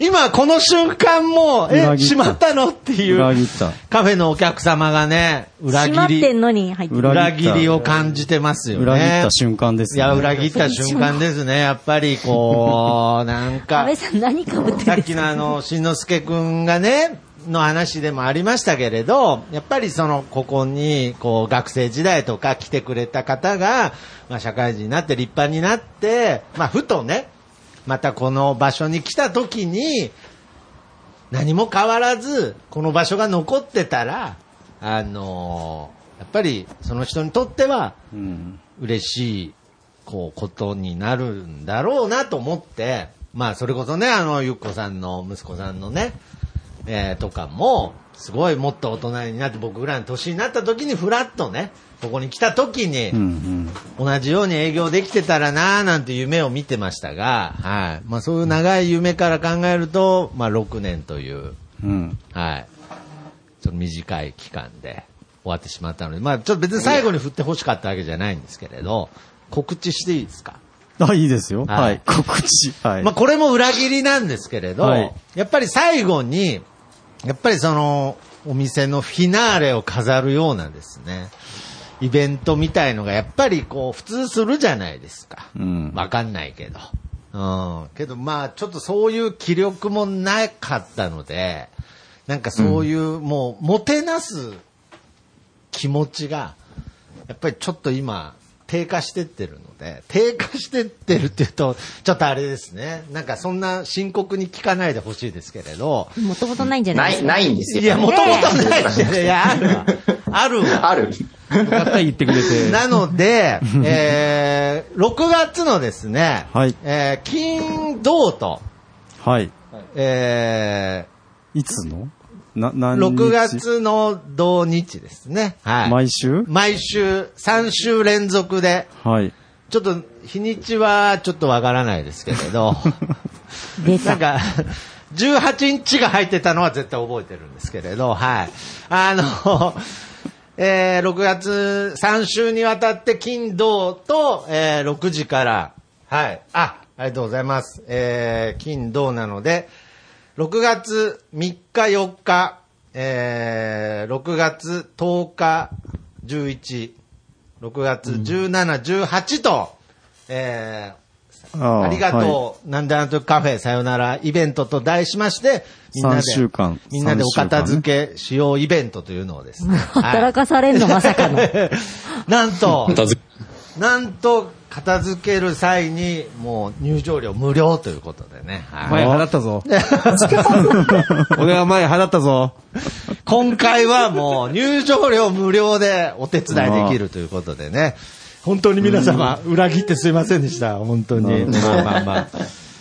Speaker 6: 今この瞬間もう、
Speaker 4: 裏
Speaker 6: え、
Speaker 4: 切った
Speaker 6: しまったのってい
Speaker 4: 裏切
Speaker 6: う
Speaker 4: っ、た。
Speaker 6: カフェのお客様がね、裏
Speaker 5: 閉まっ
Speaker 6: 切
Speaker 5: てん
Speaker 6: り、
Speaker 5: のに入って
Speaker 4: 裏
Speaker 5: る。
Speaker 6: 裏
Speaker 4: 切った
Speaker 6: 切りを感じてますよね。
Speaker 4: 裏切った瞬間です
Speaker 6: い
Speaker 4: ね。
Speaker 6: や、裏切った瞬間ですね。やっぱり、こ
Speaker 5: (laughs)
Speaker 6: う、なん
Speaker 5: 安
Speaker 6: か
Speaker 5: 倍、さん何かぶってる
Speaker 6: さ
Speaker 5: ん
Speaker 6: っ
Speaker 5: です
Speaker 6: き
Speaker 5: か
Speaker 6: のあの、しんのすけくんがね、の話でもありましたけれど、やっぱりその、ここに、こう、学生時代とか来てくれた方が、まあ、社会人になって立派になって、まあ、ふとね、またこの場所に来た時に、何も変わらず、この場所が残ってたら、あのやっぱり、その人にとっては、
Speaker 4: うん。
Speaker 6: 嬉しい、こう、ことになるんだろうなと思って、まあ、それこそね、あの、ゆっこさんの息子さんのね、えーとかも、すごいもっと大人になって、僕ぐらいの年になった時に、ふらっとね、ここに来た時に、
Speaker 4: うんうん。
Speaker 6: 同じように営業できてたらなーなんて夢を見てましたが、はい。まあ、そういう長い夢から考えると、まあ、6年という、
Speaker 4: うん。
Speaker 6: はい。ちょっと短い期間で終わってしまったので、まあちょっと別に最後に振ってほしかったわけじゃないんですけれど、告知していいですか、
Speaker 4: あ、いいですよ。
Speaker 6: はい
Speaker 4: はい。告知。はい
Speaker 6: まあ。これも裏切りなんですけれど、
Speaker 4: はい
Speaker 6: やっぱり最後に、やっぱりその、お店のフィナーレを飾るようなですね、イベントみたいのがやっぱりこう普通するじゃないですか。
Speaker 4: うん
Speaker 6: わかんないけど。うん。けどまあちょっとそういう気力もなかったので、なんかそういう、もうもてなす気持ちが、やっぱりちょっと今、低下してってるので、低下してってるって言うと、ちょっとあれですね。なんかそんな深刻に聞かないでほしいですけれど、
Speaker 5: もともとないんじゃ
Speaker 8: な
Speaker 5: ないです
Speaker 8: い、
Speaker 5: か。
Speaker 8: ないんですよ。
Speaker 6: いや、もともとないですよね。いや、あるわ。あるわ。
Speaker 8: ある。
Speaker 3: 言ってくれて。
Speaker 6: (laughs) なので、えー、6月のですね、
Speaker 4: はい
Speaker 6: えー、金、銅と、
Speaker 4: はい。
Speaker 6: え
Speaker 4: いつのな、何
Speaker 6: ー、
Speaker 4: 日
Speaker 6: 6。月の土日ですね。はい。
Speaker 4: 毎週
Speaker 6: 毎週、3週連続で、
Speaker 4: はい。
Speaker 6: ちょっと、日にちはちょっとわからないですけれど、な
Speaker 5: 出た
Speaker 6: ん。か、18日が入ってたのは絶対覚えてるんですけれど、はい。あの、えー6月3週にわたって金土と、えー6時から、はい。あ、ありがとうございます。えー金土なので、6月3日4日、えー6月10日11、6月17、18と、えー
Speaker 4: あ
Speaker 6: ありが
Speaker 4: は
Speaker 6: とう、なんであの時カフェさよならイベントと題しまして、みんなで、
Speaker 4: 三週間
Speaker 6: みんなでお片付けしようイベントというのをです
Speaker 4: (laughs)
Speaker 6: ね。
Speaker 5: 働かされんの、まさかの。
Speaker 6: はい (laughs) なんと、
Speaker 7: 片付
Speaker 6: なんと、片付ける際に、もう入場料無料ということでね。はい
Speaker 3: 前払ったぞ。 (laughs) 俺は前払ったぞ。
Speaker 6: (laughs) 今回はもう入場料無料でお手伝いできるということでね。本当に皆様、裏切ってすいませんでした。本当に。まあまあまあ。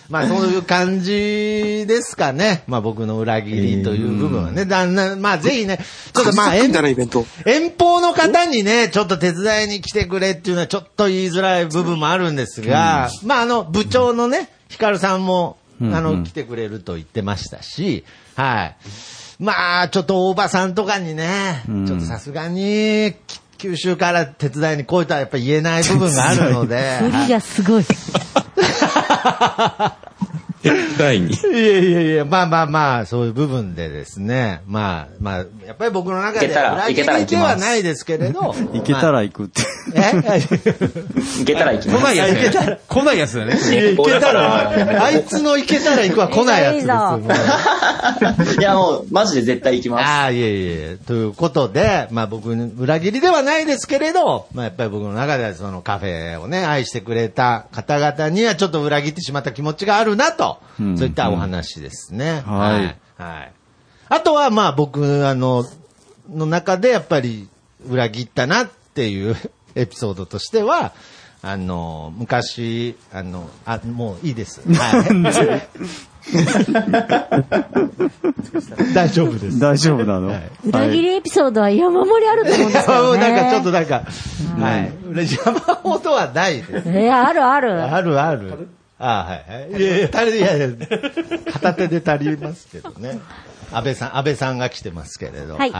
Speaker 6: まあ、そういう感じですかね。まあ、僕の裏切りという部分はね。旦那、まあ、ぜひね、ちょっとまあ、遠遠方の方にね、ちょっと手伝いに来てくれっていうのはちょっと言いづらい部分もあるんですが、まあ、あの、部長のね、ヒカルさんも、あ
Speaker 4: うんう
Speaker 6: の、
Speaker 4: ん
Speaker 6: 来てくれると言ってましたし、はい。まあ、ちょっと大場さんとかにね、
Speaker 4: うん
Speaker 6: ちょっとさすがに、き九州から手伝いに来いとはやっぱ言えない部分があるので、
Speaker 5: (laughs) 振りがすごい。
Speaker 7: 第二。
Speaker 6: いやいやいや、まあまあまあ、そういう部分でですね。まあまあ、やっぱり僕の中で
Speaker 8: いけたら
Speaker 6: 裏切
Speaker 8: いけたら
Speaker 6: り
Speaker 8: 行き
Speaker 6: で
Speaker 8: ます
Speaker 6: はないですけれど。
Speaker 4: 行けた
Speaker 6: まあ。
Speaker 4: ら行くって。
Speaker 8: いけたら行きま
Speaker 3: 来ない
Speaker 8: す。
Speaker 3: や
Speaker 6: いけ
Speaker 3: つ
Speaker 6: たら
Speaker 3: ね。来ないやつだね。
Speaker 6: いや行け
Speaker 8: (laughs)
Speaker 6: たら、あいつの行けたら行くは来ないやつですよ。
Speaker 5: いいぞ
Speaker 6: もう
Speaker 8: いや、もう、マジで絶対行きます。
Speaker 6: ああ、いえいえいえ。ということで、まあ僕、裏切りではないですけれど、まあやっぱり僕の中ではそのカフェをね、愛してくれた方々にはちょっと裏切ってしまった気持ちがあるなと、
Speaker 4: うん
Speaker 6: そういったお話ですね。
Speaker 4: うんはい
Speaker 6: はい。あとはまあ僕、あの、の中でやっぱり裏切ったなっていう (laughs) エピソードとしては、あの、昔、あの、あ、もういいです。はい。 (laughs) 大丈夫です。
Speaker 4: 大丈夫なの、
Speaker 6: はい
Speaker 5: 裏切りエピソードは山盛りあると思うんです
Speaker 6: (laughs) 山
Speaker 5: よ、
Speaker 6: ほど
Speaker 5: ね。
Speaker 6: なんかちょっとなんか、はい。山ほどはないです。
Speaker 5: いや、あるある。
Speaker 6: あるある。あはいはい。いやいや、足り、いやいや、片手で足りますけどね。安倍さん、安倍さんが来てますけれど。
Speaker 5: はい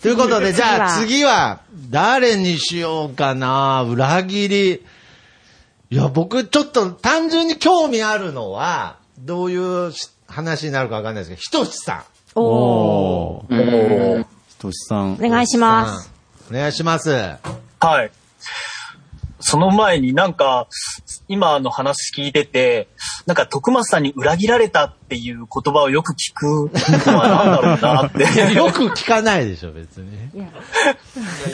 Speaker 6: ということで、じゃあ
Speaker 5: 次
Speaker 6: 次は、誰にしようかな裏切り。いや、僕、ちょっと単純に興味あるのは、どういうし話になるかわかんないですけど、ひとしさん。
Speaker 4: おー。ひとしさん。
Speaker 5: お願いし
Speaker 6: (laughs)
Speaker 5: ます。
Speaker 6: うん。お願いします。
Speaker 9: はい。その前になんか、今の話聞いてて、なんか徳松さんに裏切られたっていう言葉をよく聞くのは何だろうなっ
Speaker 6: (laughs) いや
Speaker 9: て。 (laughs)
Speaker 6: よく聞かないでしょ、別に。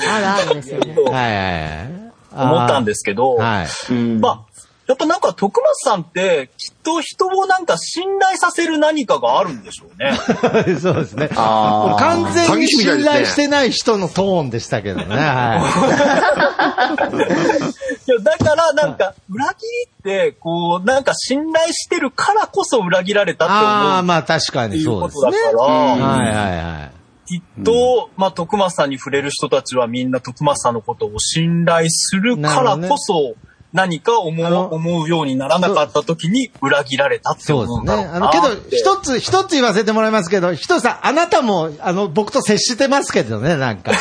Speaker 5: あるあるですよね。
Speaker 6: はいはいはい。
Speaker 9: 思ったんですすけど、
Speaker 6: はい。
Speaker 8: うん
Speaker 9: まあ、やっぱなんか徳松さんってきっと人をなんか信頼させる何かがあるんでしょうね。
Speaker 6: そうですね。
Speaker 8: あー
Speaker 6: 完全に信頼してない人のトーンでしたけど
Speaker 9: (laughs)
Speaker 6: ね。はい
Speaker 9: や、だから、なんか、裏切りって、こう、なんか信頼してるからこそ裏切られたって
Speaker 6: あ
Speaker 9: 思
Speaker 6: あ、
Speaker 9: う
Speaker 6: まあ確か
Speaker 9: って
Speaker 6: に
Speaker 9: いう
Speaker 6: そう
Speaker 9: こ
Speaker 6: で
Speaker 9: と
Speaker 6: す
Speaker 9: だ
Speaker 6: ね。
Speaker 9: から、
Speaker 6: はいはいはい。
Speaker 9: きっと、まあ、徳松さんに触れる人たちはみんな徳松さんのことを信頼するからこそ、何か思
Speaker 6: あ
Speaker 9: う
Speaker 6: の
Speaker 9: 思うようにならなかった時に裏切られたって
Speaker 6: そ
Speaker 9: 思
Speaker 6: うで
Speaker 9: う
Speaker 6: すね。
Speaker 9: んだろう
Speaker 6: あ
Speaker 9: な
Speaker 6: の、
Speaker 9: って
Speaker 6: けど、一つ、一つ言わせてもらいますけど、ひとさん、あなたも、あの、僕と接してますけどね、なん
Speaker 9: (laughs)
Speaker 6: か。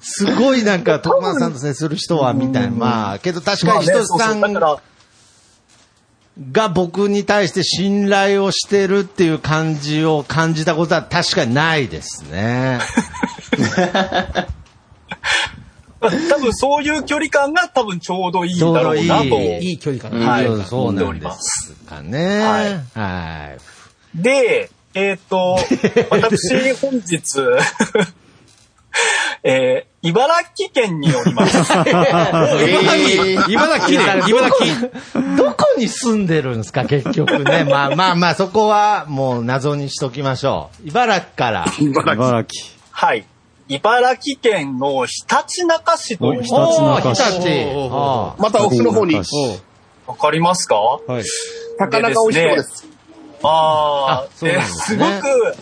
Speaker 6: すごいなんか、徳松さんと接する人は、みたいな。まあ、けど確
Speaker 9: ま
Speaker 6: か
Speaker 9: あ
Speaker 6: に
Speaker 9: ね
Speaker 6: ひとさ
Speaker 9: そ
Speaker 6: ん
Speaker 9: うそうだから
Speaker 6: (laughs) が僕に対して信頼をしてるっていう感じを感じたことは確かにないですね。
Speaker 9: 多分そういう距離感が多分ちょうどいいん
Speaker 6: ちょう
Speaker 9: だ
Speaker 6: ど
Speaker 9: ろ
Speaker 6: いうい。
Speaker 9: なと。
Speaker 3: いい距離感。
Speaker 9: はい
Speaker 6: うんそうな
Speaker 9: 思っ
Speaker 6: ん
Speaker 9: ており
Speaker 6: で
Speaker 9: ますす
Speaker 6: かね。
Speaker 9: は
Speaker 6: はい。はい。
Speaker 9: で、えっ、と、私、本日、 (laughs) えー茨城県におります。 (laughs)
Speaker 3: 茨城で、茨城。
Speaker 6: どこに住んでるんですか、結局ね。まあまあまあ、そこはもう謎にしときましょう。茨城から。
Speaker 4: 茨城。
Speaker 9: はい。茨城県のひたちなか市という
Speaker 4: おひ、たちなか市
Speaker 6: おーひたち
Speaker 3: おーおーおー
Speaker 6: あ
Speaker 10: また奥の方に、
Speaker 9: わかりますか
Speaker 3: はい。
Speaker 10: 高中美味しそうです。
Speaker 9: あ
Speaker 6: あ
Speaker 9: あ、
Speaker 6: そうなん
Speaker 9: で
Speaker 6: です
Speaker 9: す
Speaker 6: ね
Speaker 9: ごく、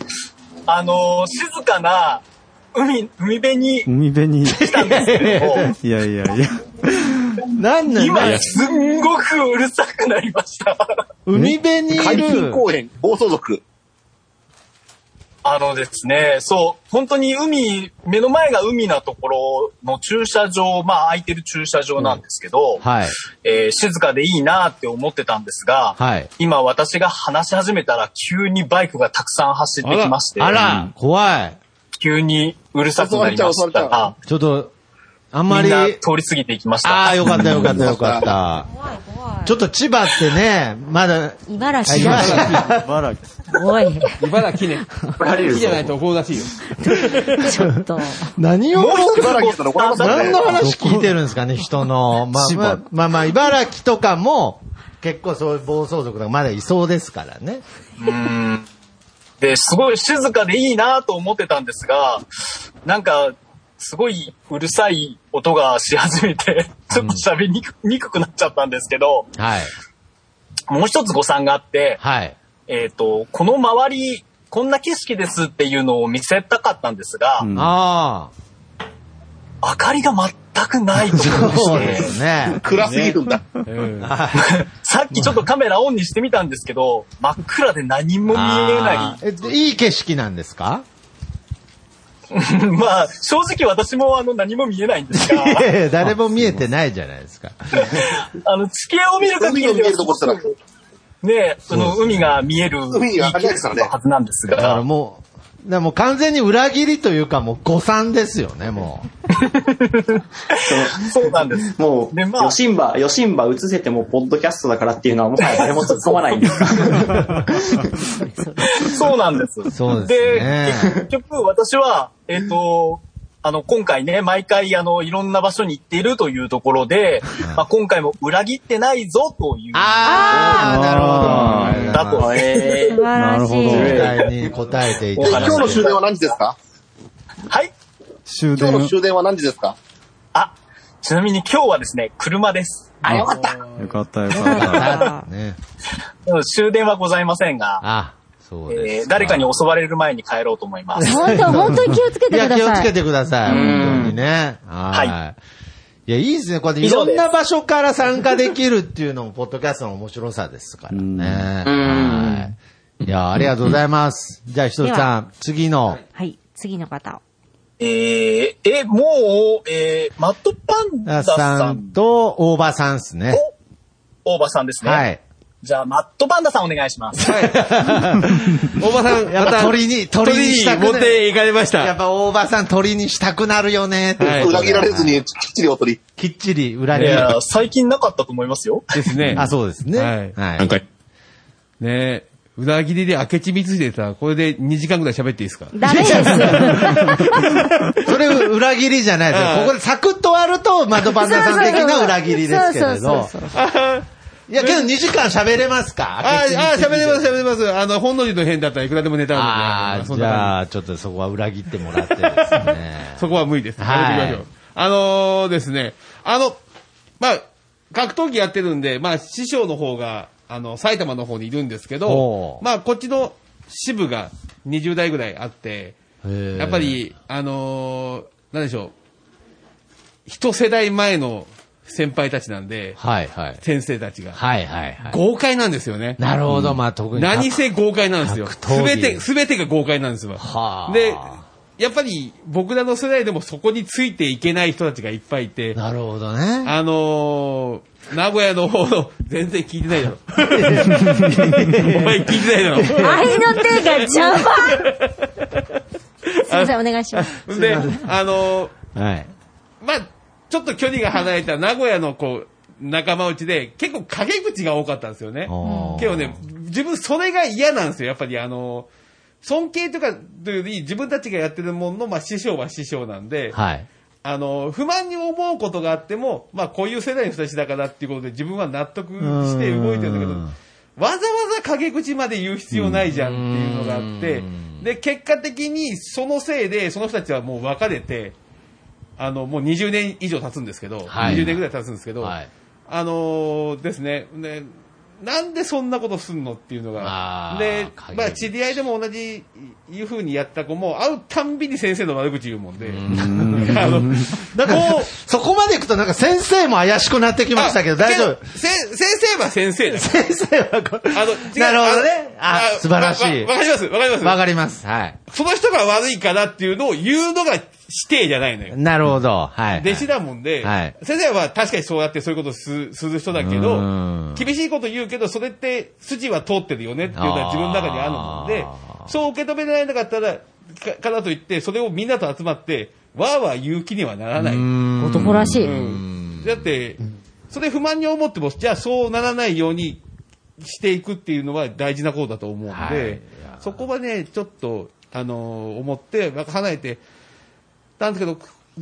Speaker 9: あのー静かな海、海辺に
Speaker 4: 海辺に。
Speaker 9: 来たんですけれども、
Speaker 4: いやいやいや。
Speaker 6: ーなんなん
Speaker 9: 今、すんごくうるさくなりました。
Speaker 6: 海辺にい
Speaker 10: 海浜
Speaker 6: る。
Speaker 10: 公園、暴走族。
Speaker 9: あのですね、そう、本当に海、目の前が海なところの駐車場、まあ空いてる駐車場なんですけど、
Speaker 6: はい。
Speaker 9: えー静かでいいなって思ってたんですが、
Speaker 6: はい。
Speaker 9: 今私が話し始めたら急にバイクがたくさん走ってきまして、
Speaker 6: あら、怖い。
Speaker 9: 急にうるさくなりましたが、
Speaker 6: ちょっと、あんま
Speaker 9: みん
Speaker 6: り。
Speaker 9: な通り過ぎていきました。
Speaker 6: ああ、よかったよかったよかった。ちょっと千葉ってね、まだ、
Speaker 5: 茨
Speaker 6: あ
Speaker 5: 城
Speaker 6: 茨
Speaker 5: だ。
Speaker 6: 城
Speaker 4: 茨
Speaker 5: おい、
Speaker 3: 茨城ね。木じゃないと怒るらしいよ。
Speaker 5: ちょっと。
Speaker 6: 何を
Speaker 9: もう一つ
Speaker 10: 茨城だったら怒られますよ
Speaker 6: 何
Speaker 10: ね
Speaker 6: の。話聞いてるんですかね、人の。まあ
Speaker 4: 千
Speaker 6: ま
Speaker 4: 葉
Speaker 6: あ、まあまあ、茨城とかも、結構そういう暴走族とかまだいそうですからね。
Speaker 9: うんで、すごい静かでいいなと思ってたんですが、なんか、すごいうるさい音がし始めて、ちょっと喋りにくにくくなっちゃったんですけど、
Speaker 6: はい。
Speaker 9: もう一つ誤算があって、
Speaker 6: はい。
Speaker 9: えっ、と、この周り、こんな景色ですっていうのを見せたかったんですが、
Speaker 6: あ
Speaker 9: 明かりが全くないと思いま
Speaker 6: そう
Speaker 9: して
Speaker 6: で、すね。
Speaker 10: 暗すぎるんだ。
Speaker 9: さっきちょっとカメラオンにしてみたんですけど、真っ暗で何も見えな
Speaker 6: あーえでいい景色なんですか
Speaker 9: い。 (laughs) まあ、正直私もあの何も見えないんですが
Speaker 6: い、やいや (laughs) 誰も見えてないじゃないですか。
Speaker 9: あの地形を見る限
Speaker 10: 海の
Speaker 9: り
Speaker 10: 見
Speaker 9: で
Speaker 10: え
Speaker 9: は
Speaker 10: るとこったら、
Speaker 9: ね、その海が見える
Speaker 10: 海が明るいですからね
Speaker 9: はずなんです
Speaker 6: だから
Speaker 9: が、
Speaker 6: もう、だからもう完全に裏切りというかもう誤算ですよね、も
Speaker 9: (laughs) そうなんです。
Speaker 8: もう、
Speaker 9: でまあ
Speaker 8: ヨシンバ、ヨシンバ映せてもポッドキャストだからっていうのはもはや誰も突っ込まないんです
Speaker 9: そうなんです。
Speaker 6: そうですね
Speaker 9: で結局私は、えっ、と、あの、今回ね、毎回、あの、いろんな場所に行っているというところで、まあ、今回も裏切ってないぞという
Speaker 6: う。。あ
Speaker 4: あ
Speaker 6: ー、なるほど。
Speaker 9: だ
Speaker 8: よ。
Speaker 9: と
Speaker 8: え
Speaker 5: 素晴らしい。
Speaker 4: な
Speaker 6: 期
Speaker 4: る
Speaker 6: 待に応えていた
Speaker 10: で今
Speaker 6: だい
Speaker 10: 日の終電は何時ですか
Speaker 9: はい。
Speaker 4: 終
Speaker 10: 今日
Speaker 4: 電
Speaker 10: の。終電は何時ですか
Speaker 9: あ、ちなみに今日はですね、車です。
Speaker 10: あ、よかった。
Speaker 4: よかったよかった。
Speaker 6: た。ね。
Speaker 9: うん終電はございませんが、
Speaker 6: あ、そうで
Speaker 9: え
Speaker 6: す。
Speaker 9: ー誰かに襲われる前に帰ろうと思います。
Speaker 6: (laughs)
Speaker 5: 本当、本当に気をつけて
Speaker 6: い
Speaker 5: くだ
Speaker 6: や、
Speaker 5: さい。
Speaker 6: 気をつけてください。本当にね。はい。いや、いいですね。こうやっていろんな場所から参加できるっていうのも、ポッドキャストの面白さですからね。はい。いや、ありがとうございます。じゃあ、ひとり
Speaker 5: で
Speaker 6: さん、次の。
Speaker 5: はい、次の方を。
Speaker 9: えー、え、もう、えー、マットパンダ
Speaker 6: さ
Speaker 9: さ
Speaker 6: ん
Speaker 9: ん
Speaker 6: と、大場さんですね。
Speaker 9: と、大場さんですね。
Speaker 6: はい。
Speaker 9: じゃあ、マットパンダさんお願いします。
Speaker 6: (laughs) 大場さん、やっぱ鳥に、鳥にしたくなる。
Speaker 11: 行かれまし
Speaker 6: やっ。ぱ大場さん鳥にしたくなるよね。
Speaker 11: はい
Speaker 10: 裏切られず。にきっちりおとり。
Speaker 6: きっちり裏
Speaker 9: い
Speaker 6: 切る。
Speaker 9: や、最近なか (laughs) ったと思いますよ。
Speaker 3: ですね。
Speaker 6: あ、そうですね。
Speaker 3: は
Speaker 6: は
Speaker 3: い
Speaker 7: なん
Speaker 6: い。
Speaker 7: か、
Speaker 3: ねえ、裏切りで明智光秀さん、これで2時間ぐらい喋っていいですか
Speaker 5: ダメです。
Speaker 6: (laughs) それ裏切りじゃないですよ。ここでサクッと終わると、マドバンダさん的な裏切りですけれ
Speaker 5: そう
Speaker 6: ど
Speaker 5: そう。そうそう
Speaker 6: いや、けど2時間喋れますか
Speaker 3: ああ、ああ、喋れます、喋れます。あの、本能寺の変だったらいくらでもネタあ
Speaker 6: あ
Speaker 3: るんで。
Speaker 6: あ、
Speaker 3: そん
Speaker 6: じ
Speaker 3: な感
Speaker 6: ゃあ、ちょっとそこは裏切ってもらってですね
Speaker 3: じ。 (laughs) そこは無理です。
Speaker 6: はい
Speaker 3: やめていきましょうあのーですね、あの、まあ、格闘技やってるんで、まあ、師匠の方が、あの、埼玉の方にいるんですけ
Speaker 6: ほ
Speaker 3: ど、
Speaker 6: う
Speaker 3: まあ、こっちの支部が20代ぐらいあって、やっぱり、あのーなんでしょう、一世代前の先輩たちなんで、
Speaker 6: はいはい。
Speaker 3: 先生たちが。
Speaker 6: はいはいはい。
Speaker 3: 豪快なんですよね。
Speaker 6: なるほど、まあ特に。
Speaker 3: 何せ豪快なんですよ。
Speaker 6: 格
Speaker 3: す
Speaker 6: 闘技
Speaker 3: べて、すべてが豪快なんですわ。
Speaker 6: はあ
Speaker 3: で、やっぱり僕らの世代でもそこについていけない人たちがいっぱいいて、
Speaker 6: なるほどね。
Speaker 3: あのー、名古屋の方の、 (laughs) 全然聞いてない
Speaker 6: (laughs)
Speaker 3: だろ。お前聞いてないだろ。
Speaker 5: (laughs) 愛の手が邪魔すいません、お願いします。
Speaker 3: で、あのー、
Speaker 6: はい。
Speaker 3: まあ、ちょっと距離が離れた名古屋のこう、仲間内で、結構陰口が多かったんですよね。
Speaker 6: おー
Speaker 3: けどね、自分それが嫌なんですよ。やっぱりあの、尊敬とかというより、自分たちがやってるものの、まあ師匠は師匠なんで、
Speaker 6: はい。
Speaker 3: あの、不満に思うことがあっても、まあこういう世代の人たちだからっていうことで自分は納得して動いてるんだけど、
Speaker 6: うーん
Speaker 3: わざわざ陰口まで言う必要ないじゃんっていうのがあって、で、結果的にそのせいで、その人たちはもう別れて、あの、もう20年以上経つんですけど、
Speaker 6: はい
Speaker 3: 20年ぐらい経つんですけど、
Speaker 6: はい。
Speaker 3: あのーですねね、なんでそんなことすんのっていうの
Speaker 6: あ
Speaker 3: が
Speaker 6: ー、
Speaker 3: で
Speaker 6: 陰口
Speaker 3: まあ、知り合いでも同じいうふうにやった子も、会うたんびに先生の悪口言うもんで、 (laughs) あの
Speaker 6: なんか
Speaker 3: こう
Speaker 6: (laughs) そこまで行くとなんか先生も怪しくなってきましたけど、
Speaker 3: あ
Speaker 6: 大丈夫
Speaker 3: け。どせ先生は先生だよ
Speaker 6: 先生はこう。
Speaker 3: あの違う
Speaker 6: なるほどね。あ
Speaker 3: あ、
Speaker 6: 素晴らしい
Speaker 3: わわ。わかります、わかり
Speaker 6: わ
Speaker 3: ま
Speaker 6: かります。はい。
Speaker 3: す。その人が悪いからっていうのを言うのが指定じゃないのよ。
Speaker 6: なるほど。はい。
Speaker 3: 弟子だもんで、
Speaker 6: はい
Speaker 3: 先生は確かにそうやってそういうことすする人だけ
Speaker 6: う
Speaker 3: ど
Speaker 6: ん、
Speaker 3: 厳しいこと言うけど、それって筋は通ってるよねっていうのは自分の中にあるもんで
Speaker 6: あー、
Speaker 3: そう受け止められなかったら、かからといって、それをみんなと集まって、わーわー言う気にはならない。
Speaker 5: 男らしい。
Speaker 3: うんだって、それ不満に思っても、じゃあそうならないようにしていくっていうのは大事なことだと思うんで、
Speaker 6: はい
Speaker 3: そこはね、ちょっと、あのー思って、離れてたんですけど、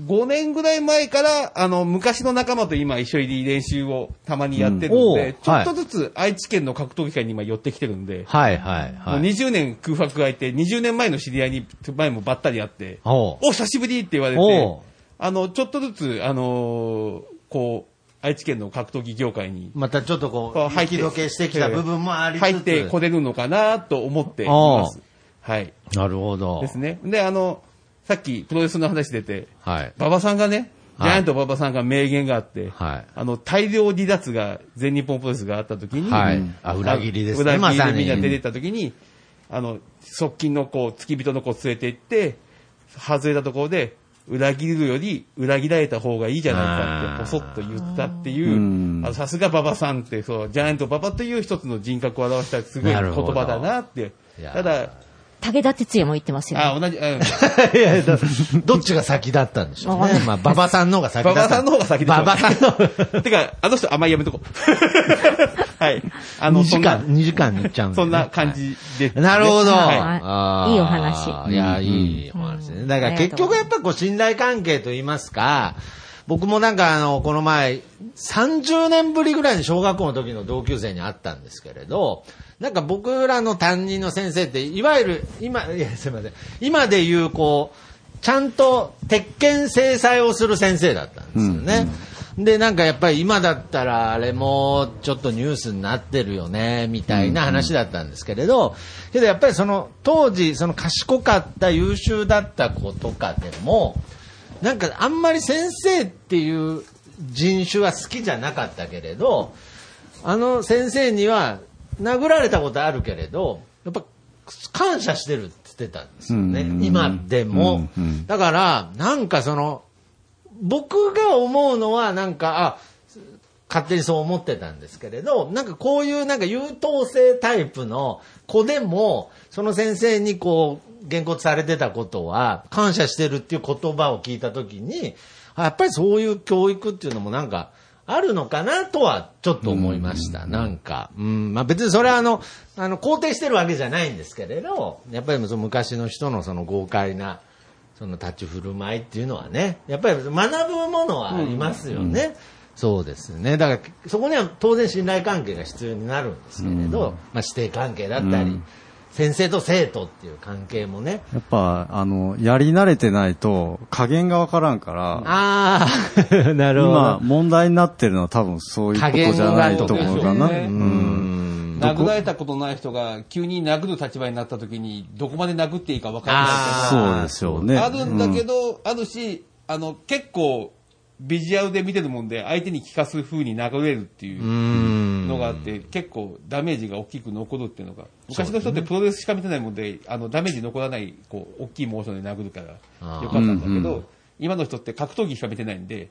Speaker 3: 5年ぐらい前から、あの、昔の仲間と今一緒に練習をたまにやってる
Speaker 6: うん
Speaker 3: ん
Speaker 6: お
Speaker 3: で、
Speaker 6: ー
Speaker 3: ちょっとずつ愛知県の格闘技会に今寄ってきてるんで、
Speaker 6: はいはいは
Speaker 3: もう
Speaker 6: い。
Speaker 3: 20年空白が空いて、20年前の知り合いに前もばったり会って、
Speaker 6: おう
Speaker 3: お、久しぶりって言われ
Speaker 6: おう
Speaker 3: て、あの、ちょっとずつ、あのーこう、愛知県の格闘技業界に、
Speaker 6: またちょっとこ
Speaker 3: こ
Speaker 6: う、
Speaker 3: 入っ
Speaker 6: 雪
Speaker 3: て
Speaker 6: 解けしてきた部分もありつつ。
Speaker 3: 入ってこれるのかなと思っています。はい。
Speaker 6: なるほど。
Speaker 3: ですね。で、あの、さっきプロレスの話出て、
Speaker 6: はい。 (laughs)
Speaker 3: 馬場さんがね、ジ
Speaker 6: はい
Speaker 3: ャイアント馬場さんが名言があって、
Speaker 6: はい。
Speaker 3: あの、大量離脱が全日本プロレスがあった時に、
Speaker 6: はいあ裏切りですね
Speaker 3: あの
Speaker 6: ま
Speaker 3: 裏切
Speaker 6: さ
Speaker 3: り
Speaker 6: に
Speaker 3: でみんな出てった時に、あの、側近の子、付き人の子を連れて行って、外れたところで、裏切るより裏切られた方がいいじゃないかって、ポソッと言ったっていうう、
Speaker 4: ん
Speaker 3: あのさすが馬場さんって、そう、ジャイアント馬場という一つの人格を表したすごい言葉だなって。
Speaker 6: いや
Speaker 3: ただ、
Speaker 5: 武田鉄矢も言ってますよ、ね。
Speaker 3: あ、同じ、うん。
Speaker 6: いやだどっちが先だったんでしょう
Speaker 3: (laughs)
Speaker 6: ね。まあ、馬場さんの方が先だ
Speaker 3: 馬
Speaker 6: った。
Speaker 3: 場さんの方が先でしょ
Speaker 6: 馬場さんの方が。
Speaker 3: てか、あの人、あんまりやめとこう。はい。あの、
Speaker 6: 2
Speaker 3: そ
Speaker 6: 時
Speaker 3: んな
Speaker 6: 間、、2時間に行っちゃうんで
Speaker 3: そ
Speaker 6: ね
Speaker 3: んな感じです、ね
Speaker 6: なるほど。
Speaker 3: はい
Speaker 6: あー
Speaker 5: いいお話
Speaker 6: いや、いいお話ね。だから結局やっぱこう信頼関係といいますか、僕もなんかあの、この前、30年ぶりぐらいに小学校の時の同級生に会ったんですけれど、なんか僕らの担任の先生って、いわゆる、今、いや、すいません。今で言う、こう、ちゃんと鉄拳制裁をする先生だったんですよね。で、なんかやっぱり今だったらあれもちょっとニュースになってるよね、みたいな話だったんですけれど、けどやっぱりその当時、その賢かった優秀だった子とかでも、なんかあんまり先生っていう人種は好きじゃなかったけれど、あの先生には殴られたことあるけれど、やっぱ感謝してるって言ってたんですよね、
Speaker 4: うん
Speaker 6: 今でも。
Speaker 4: うんうん
Speaker 6: だから、なんかその、僕が思うのはなんか、あ、勝手にそう思ってたんですけれど、なんかこういうなんか優等生タイプの子でも、その先生にこう、言骨されてたことは、感謝してるっていう言葉を聞いたときに、あやっぱりそういう教育っていうのもなんか、あるのかなとはちょっと思いました。なんか、うん、まあ別にそれはあの、あの、肯定してるわけじゃないんですけれど、やっぱりその昔の人のその豪快な、その立ち振る舞いっていうのはね、やっぱり学ぶものはありますよね。そうですね。だから、そこには当然信頼関係が必要になるんですけれど、まあ師弟関係だったり、
Speaker 4: うん
Speaker 6: 先生と生徒っていう関係もね。
Speaker 4: やっぱ、あの、やり慣れてないと、加減がわからんから、
Speaker 6: あ
Speaker 4: (laughs)
Speaker 6: あ、なるほど。
Speaker 4: 今、問題になってるのは多分そういうことじゃないと思うかな。
Speaker 3: 加減がね
Speaker 4: うん
Speaker 3: 殴られたことない人が急に殴る立場になった時に、どこまで殴っていいか分から
Speaker 6: あ
Speaker 3: ない
Speaker 4: そうですよね。
Speaker 3: あるんだけど、あるし、あの、結構、ビジュアルで見てるもんで、相手に聞かす風に殴れるっていう
Speaker 5: (laughs)
Speaker 6: うん
Speaker 3: のがあって、結構ダメージが大きく残るっていうのが、昔の人ってプロレスしか見てないもんで、あの、ダメージ残らない、こう、大きいモーションで殴るから、よ
Speaker 6: あー
Speaker 3: かったんだけど、今の人って格闘技しか見てないんで、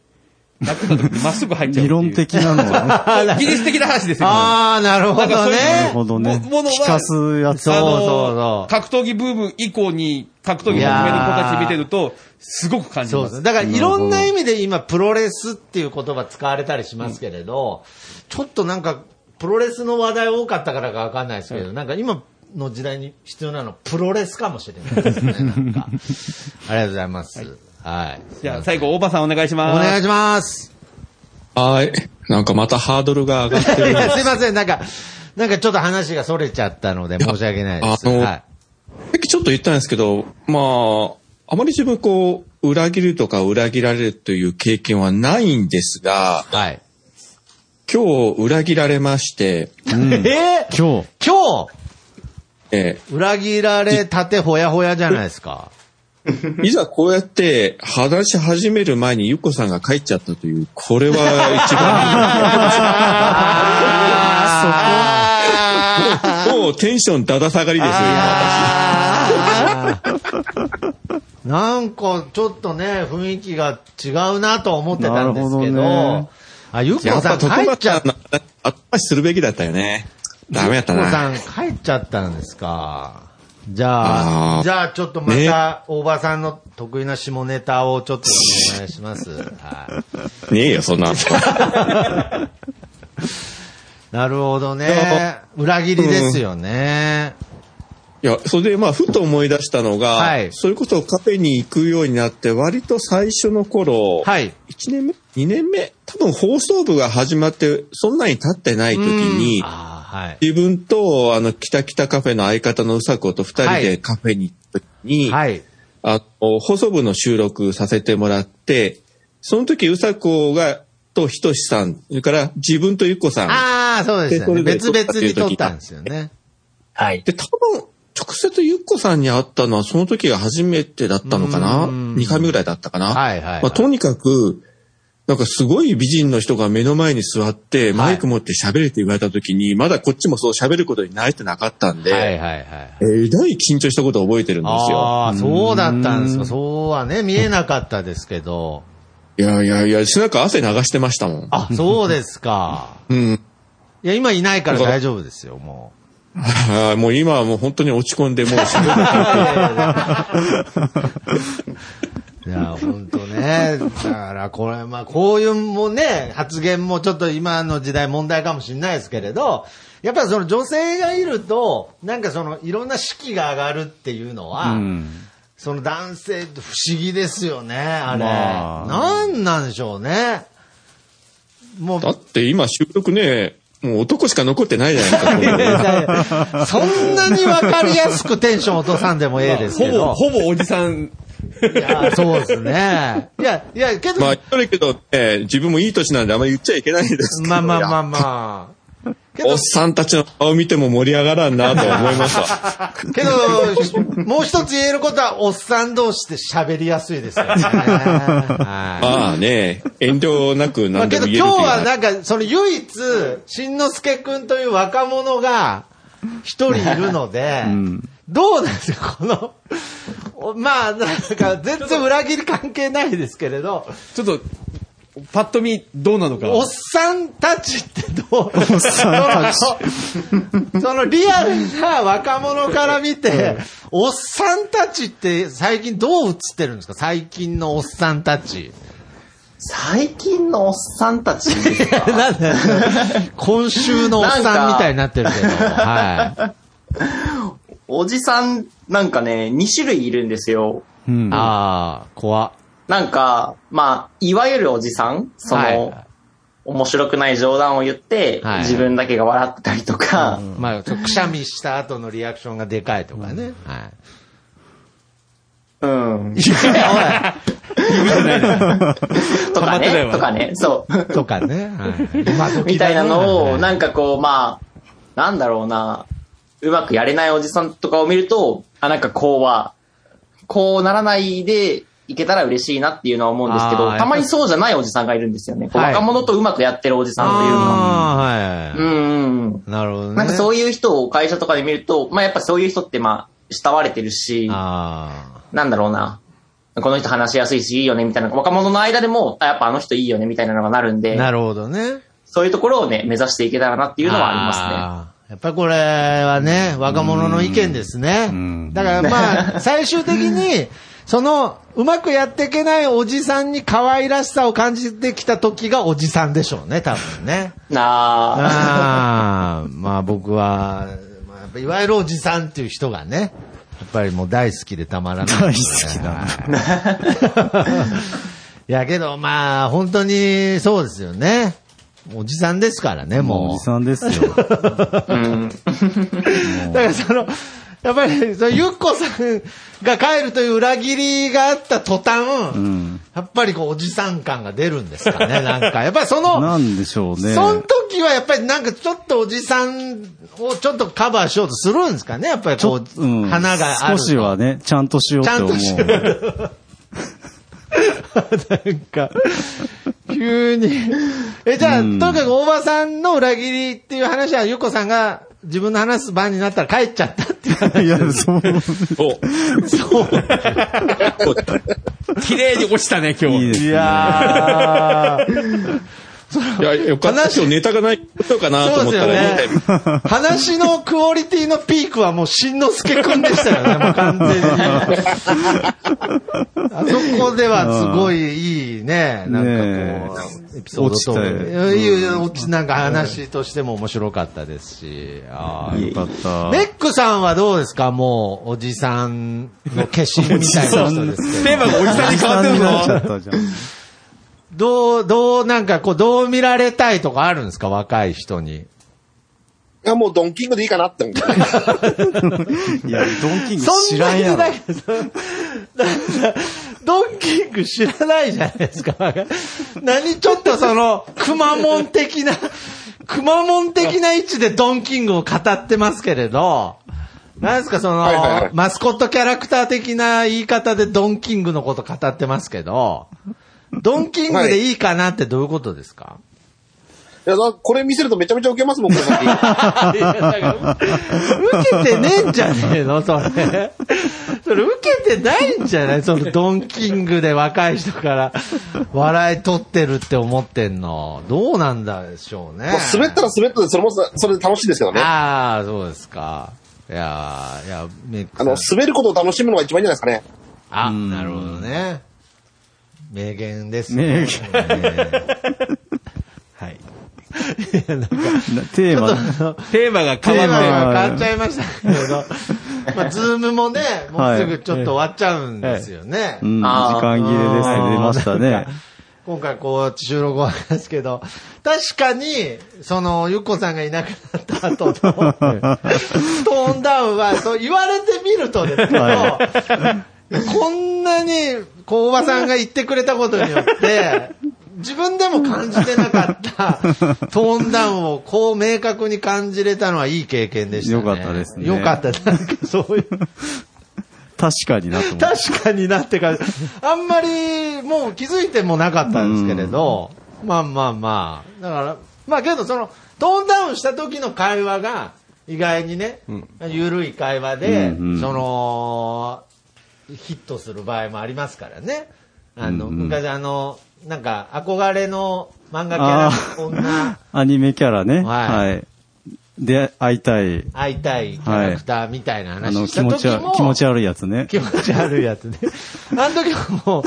Speaker 3: 殴った時にまっすぐ入っちゃ
Speaker 4: 理
Speaker 3: うっていう。
Speaker 4: 論的なの
Speaker 3: (laughs)
Speaker 4: は、
Speaker 3: 技術的な話ですよ。
Speaker 6: ああ、なるほど
Speaker 4: なる
Speaker 6: ね。
Speaker 4: ほどね。
Speaker 3: もものは
Speaker 4: 聞かすやつ
Speaker 3: あの
Speaker 6: そうそうそう
Speaker 3: 格闘技ブーム以降に格闘技を始める子たち見てると、すごく感じ
Speaker 6: そう
Speaker 3: ま。
Speaker 6: ですす。だからいろんな意味で今、プロレスっていう言葉使われたりしますけれど、ちょっとなんか、プロレスの話題多かったからかわかんないですけど、なんか今の時代に必要なのはプロレスかもしれ (laughs) ないですね、なんか。ありがとうございます。はい。
Speaker 3: (laughs) じゃあ最後、大場さんお願いし
Speaker 6: お
Speaker 3: ます。
Speaker 6: 願いします。
Speaker 7: はい。なんかまたハードルが上がって
Speaker 6: い
Speaker 7: るな。
Speaker 6: や (laughs) すいません、なんか、なんかちょっと話が逸れちゃったので申し訳ないです。
Speaker 7: いやあの
Speaker 6: はい。
Speaker 7: さっきちょっと言ったんですけど、まあ、あまり自分こう、裏切るとか裏切られるという経験はないんですが、
Speaker 6: はい。
Speaker 7: 今日裏切られまして、
Speaker 4: う
Speaker 6: (laughs)
Speaker 4: ん
Speaker 6: えー
Speaker 4: 今日、
Speaker 6: 今
Speaker 7: え
Speaker 6: 日、裏切られたてほやほやじゃないですか。
Speaker 7: ー (laughs) いざこうやって話し始める前にゆっこさんが帰っちゃったという、これは一
Speaker 6: (laughs) あ
Speaker 7: 番、もうテンションだだ下がりですよ、今私。
Speaker 6: あーなんかちょっとね、雰囲気が違うなと思ってたんですけど、
Speaker 4: なるほどね
Speaker 6: あ、ゆっこ
Speaker 7: やっ
Speaker 6: さ
Speaker 7: ぱ
Speaker 6: ん
Speaker 7: 徳
Speaker 6: 帰っ
Speaker 7: 松
Speaker 6: ちゃ
Speaker 7: さ
Speaker 6: っ
Speaker 7: んの話後回しするべきだったよね。ダメだった
Speaker 6: ゆっこ
Speaker 7: な。
Speaker 6: さん帰っちゃったんですか。じゃあ、
Speaker 7: あー
Speaker 6: じゃあちょっとま
Speaker 7: ね
Speaker 6: た、大場さんの得意な下ネタをちょっとお願いします。はい
Speaker 7: ねえよ、そんな。
Speaker 6: なるほどね。裏切りですよね。
Speaker 7: いや、それでまあ、ふと思い出したのが、
Speaker 6: はい
Speaker 7: それこそカフェに行くようになって、割と最初の頃、
Speaker 6: はい。
Speaker 7: 1年目 ?2 年目多分放送部が始まって、そんなに経ってない時に、
Speaker 6: あーはい。
Speaker 7: 自分と、あの、北北カフェの相方のうさこと二人
Speaker 6: は
Speaker 7: で
Speaker 6: い
Speaker 7: カフェに行った時に、
Speaker 6: はい。
Speaker 7: あの、放送部の収録させてもらって、その時うさこが、とひとしさん、それから自分とゆっこさん。。
Speaker 6: ああ、そうですよね。別々に撮ったんですすよね。
Speaker 9: はい。
Speaker 7: で、多分、直接ゆっこさんに会ったのは、その時が初めてだったのかな ?2 回目ぐらいだったかな
Speaker 6: はいはいはい
Speaker 7: まあ、とにかく、なんかすごい美人の人が目の前に座って、マイク持って喋れって言われた時に、まだこっちもそう喋ることに慣れてなかったんで、
Speaker 6: はいはいはい。
Speaker 7: えらい緊張したことを覚えてるんですよ。
Speaker 6: ああ、そうだったんですか。そうはね、見えなかったです
Speaker 7: (laughs)
Speaker 6: けど。
Speaker 7: いやいやいや、背中汗流してましたもん。
Speaker 6: あ、そうですか。
Speaker 7: うん。
Speaker 6: いや、今いないから大丈夫ですよ、も
Speaker 7: (laughs) あーもう今はもう本当に落ち込んで、もう喋れ
Speaker 6: う。い
Speaker 7: な
Speaker 6: やいやい
Speaker 7: い
Speaker 6: (laughs) やいや、本当ね。だから、これ、まあ、こういうもね、発言もちょっと今の時代問題かもしれないですけれど、やっぱりその女性がいると、なんかその、いろんな士気が上がるっていうのは、その男性って不思議ですよね、あれ。
Speaker 4: まあ
Speaker 6: なんなんでしょうね。もう、
Speaker 7: だって今収録ね、もう男しか残ってないじゃないですかこ
Speaker 6: いやい
Speaker 7: れ。
Speaker 6: やい
Speaker 3: (laughs)
Speaker 6: やそんなにわかりやすくテンション落とさんでもええですけど。
Speaker 3: ほぼ、ほぼおじさん。
Speaker 6: いや、そうですね。いや、いや、けど、
Speaker 7: まあ、
Speaker 6: ま
Speaker 7: 一人けど、ね、自分もいい年なんであんまり言っちゃいけないですけど。
Speaker 6: あまあまあ
Speaker 7: い
Speaker 6: ま
Speaker 7: やおっさんたちの顔見ても盛り上がらんなと思いました。
Speaker 6: あ。けど、もう一つ言えることは、おっさん同士で喋りやすいですよ
Speaker 7: (laughs)
Speaker 6: ね。はい
Speaker 7: まあね、遠慮なく
Speaker 6: まあ
Speaker 7: 何
Speaker 6: け
Speaker 7: でも
Speaker 6: ど
Speaker 7: 言え
Speaker 6: 今
Speaker 7: る
Speaker 6: 日
Speaker 7: という
Speaker 6: は
Speaker 7: か
Speaker 6: なんか、その唯一、しんのすけくんという若者が一人いる
Speaker 7: (laughs)
Speaker 6: ので、どうなんですか、この、おまあ、なんか、全然裏切り関係ないですけれど、
Speaker 3: ちょっと、パッと見、どうなのか。
Speaker 6: おっさんたちってどう
Speaker 4: さんた
Speaker 6: (laughs)
Speaker 4: ち
Speaker 6: そのそのリアルな若者から見て、おっさんたちって最近どう映ってるんですか最近のおっさんたち。
Speaker 8: 最近のおっさんたちですか
Speaker 6: (laughs) なんだよ今週のおっさんみたいになってるけど。はい。
Speaker 8: おじさん、なんかね、2種類いるんですよ。
Speaker 4: うん。
Speaker 6: ああ、怖
Speaker 8: なんか、まあ、いわゆるおじさん、その、
Speaker 6: はい
Speaker 8: 面白くない冗談を言って、
Speaker 6: はい
Speaker 8: 自分だけが笑ってたりとか、
Speaker 6: まあ、ちょくしゃみした後のリアクションがでかいとかね。は
Speaker 8: うん、
Speaker 6: い。
Speaker 4: (laughs)
Speaker 8: とか
Speaker 3: 溜まってないわ
Speaker 8: ね、とかね、そう。
Speaker 6: とかね。はい今時だ
Speaker 8: (laughs)
Speaker 6: ね
Speaker 8: みたいなのを、
Speaker 6: はい
Speaker 8: なんかこう、まあ、なんだろうな、うまくやれないおじさんとかを見ると、あ、なんかこうは、こうならないでいけたら嬉しいなっていうのは思うんですけ
Speaker 6: あ
Speaker 8: ど、
Speaker 6: ー
Speaker 8: たまにそうじゃないおじさんがいるんですよね。こう
Speaker 6: はい
Speaker 8: 若者とうまくやってるおじさんというか。
Speaker 6: ああ、
Speaker 8: う
Speaker 6: は
Speaker 8: んうん。
Speaker 6: い。なるほどね。
Speaker 8: なんかそう
Speaker 6: いう。
Speaker 8: いう人を会社とかで見ると、まあやっぱそういう人ってまあ、慕われてるし、
Speaker 6: あ
Speaker 8: なんだろうな。この人話しやすいし、いいよね、みたいな。若者の間でも、あ、やっぱあの人いいよね、みたいなのがなるん
Speaker 6: あ、
Speaker 8: で。
Speaker 6: なるほどね。
Speaker 8: そういうところをね、目指していけたらなっていうのはありますね。
Speaker 6: あーやっぱりこれはね、若者の意見ですね。だからまあ、 (laughs) 最終的に、その、うまくやっていけないおじさんに可愛らしさを感じてきた時がおじさんでしょうね、多分
Speaker 4: (laughs)
Speaker 6: ね。
Speaker 8: なあ。
Speaker 6: あーまあ僕は、まあやっぱいわゆるおじさんっていう人がね、やっぱりもう大好きでたまらない、
Speaker 4: 大好きだ
Speaker 6: (laughs) はいやけどまあ、本当にそうですよね。おじさんですからね、もう。
Speaker 4: もうおじさんですよ。
Speaker 8: うん。
Speaker 6: だからその、やっぱり、そのゆっこさんが帰るという裏切りがあった途端、
Speaker 4: うん。
Speaker 6: やっぱりこう、おじさん感が出るんですか
Speaker 4: (laughs)
Speaker 6: ね、なんか。やっぱりその、
Speaker 4: なんでしょうね。
Speaker 6: その時はやっぱりなんかちょっとおじさんをちょっとカバーしようとするんですかね、やっぱり
Speaker 4: ちょ
Speaker 6: こ
Speaker 4: っと、
Speaker 6: う、
Speaker 4: うん。
Speaker 6: 花がある
Speaker 4: 少しはね、ちゃんとしようって思う。
Speaker 6: ちゃんとし (laughs) なんか、急に。え、じゃあ、とにかく大場さんの裏切りっていう話は、ゆっこさんが自分の話す番になったら帰っちゃ
Speaker 4: (laughs)
Speaker 6: ったっていう話。
Speaker 4: いや、そう、
Speaker 7: そう。
Speaker 3: 綺麗に落ちたね、今
Speaker 4: いい
Speaker 3: 日。
Speaker 4: ですね。
Speaker 6: やー
Speaker 7: いや、よかった。今日ネタがないことかなと
Speaker 6: そう
Speaker 7: 思
Speaker 6: で
Speaker 7: っ
Speaker 6: す
Speaker 7: た
Speaker 6: よ
Speaker 7: ら、
Speaker 6: ね。
Speaker 4: (laughs)
Speaker 6: 話のクオリティのピークはもう、しんのすけくんでしたよね、もう完全に。あそこではすごいいいね、なんかこう、エピソードトークで
Speaker 4: 落ちたよ
Speaker 6: いやいや、落ちなんか話としても面白かったですし。あー
Speaker 4: よかった。
Speaker 6: メックさんはどうですかもう、おじさんの化身みたいな人ですけ
Speaker 3: テー
Speaker 6: ど。
Speaker 3: マがおじさんに変わって
Speaker 6: (laughs)
Speaker 3: る
Speaker 4: になっちゃ
Speaker 3: の
Speaker 4: ったじゃん。
Speaker 6: どう、どう、なんかこう、どう見られたいとかあるんですか若い人に。
Speaker 10: や、もうドンキングでいいかなって思う。
Speaker 4: いや、ドンキング
Speaker 6: そ
Speaker 4: 知
Speaker 6: ん
Speaker 4: ら
Speaker 6: なんに
Speaker 4: やろ
Speaker 6: だ。けど、 (laughs) ドンキング知らないじゃないですか。何ちょっとその、くまモン的な、 (laughs) くまモン的な位置でドンキングを語ってますけれど、なんですかその、
Speaker 10: はいはいはい
Speaker 6: マスコットキャラクター的な言い方でドンキングのこと語ってますけど、ドンキングでいいかなってどういうことですか、
Speaker 10: いや、だこれ見せるとめちゃめちゃウケますもん、この先。
Speaker 6: 受けてねえんじゃねえのそれ。それ受けてないんじゃないそのドンキングで若い人から笑い取ってるって思ってんの。どうなんだでしょうね。
Speaker 10: もう滑ったら滑ったで、それもさ、それで楽しいですけどね。あ
Speaker 6: ああ、そうですか。いやーいや、メイクさん
Speaker 10: の、滑ることを楽しむのが一番いいんじゃないですかね。
Speaker 6: あ、なるほどね。名言です
Speaker 4: 名
Speaker 6: ね。
Speaker 4: 言
Speaker 6: はい。 (laughs) いや、なんか、
Speaker 4: なテーマ。
Speaker 3: テーマが
Speaker 6: テー
Speaker 3: 変
Speaker 6: マ
Speaker 3: わって。
Speaker 6: が変わっちゃいましたけど、まあ、ズームもね、もうすぐちょっと終わっちゃうんですよね。
Speaker 4: うん、時
Speaker 8: あー
Speaker 4: 間切れですね。出ましたね。
Speaker 6: 今回こう、収録終わりですけど、確かに、その、ゆっこさんがいなくなった
Speaker 4: (laughs)
Speaker 6: 後の、トーンダウンは、そう言われてみるとですけど、 (laughs) こんなに、こう、おばさんが言ってくれたことによって、自分でも感じてなかった、トーンダウンをこう明確に感じれたのはいい経験でしたね。
Speaker 4: よかったですね
Speaker 6: よかった。なんかそういう。
Speaker 4: (laughs) 確かになと思って。
Speaker 6: 確かになってから、あんまりもう気づいてもなかったんですけれど、まあまあまあ、だから、まあけどその、トーンダウンした時の会話が、意外にね、ゆるい会話で、
Speaker 4: うんうん
Speaker 6: その、ヒットする場合もありますからね。あの、
Speaker 4: うんうん
Speaker 6: 昔あの、なんか憧れの漫画キャラの女、
Speaker 4: アニメキャラね。
Speaker 6: はい
Speaker 4: はい。で、会いたい。
Speaker 6: 会いたいキャラクターみたいな
Speaker 4: あ
Speaker 6: 話
Speaker 4: の、
Speaker 6: した
Speaker 4: 気
Speaker 6: 時も、
Speaker 4: 持ち悪い、気持ち悪いやつね。
Speaker 6: 気持ち悪いやつね。あの時はもう、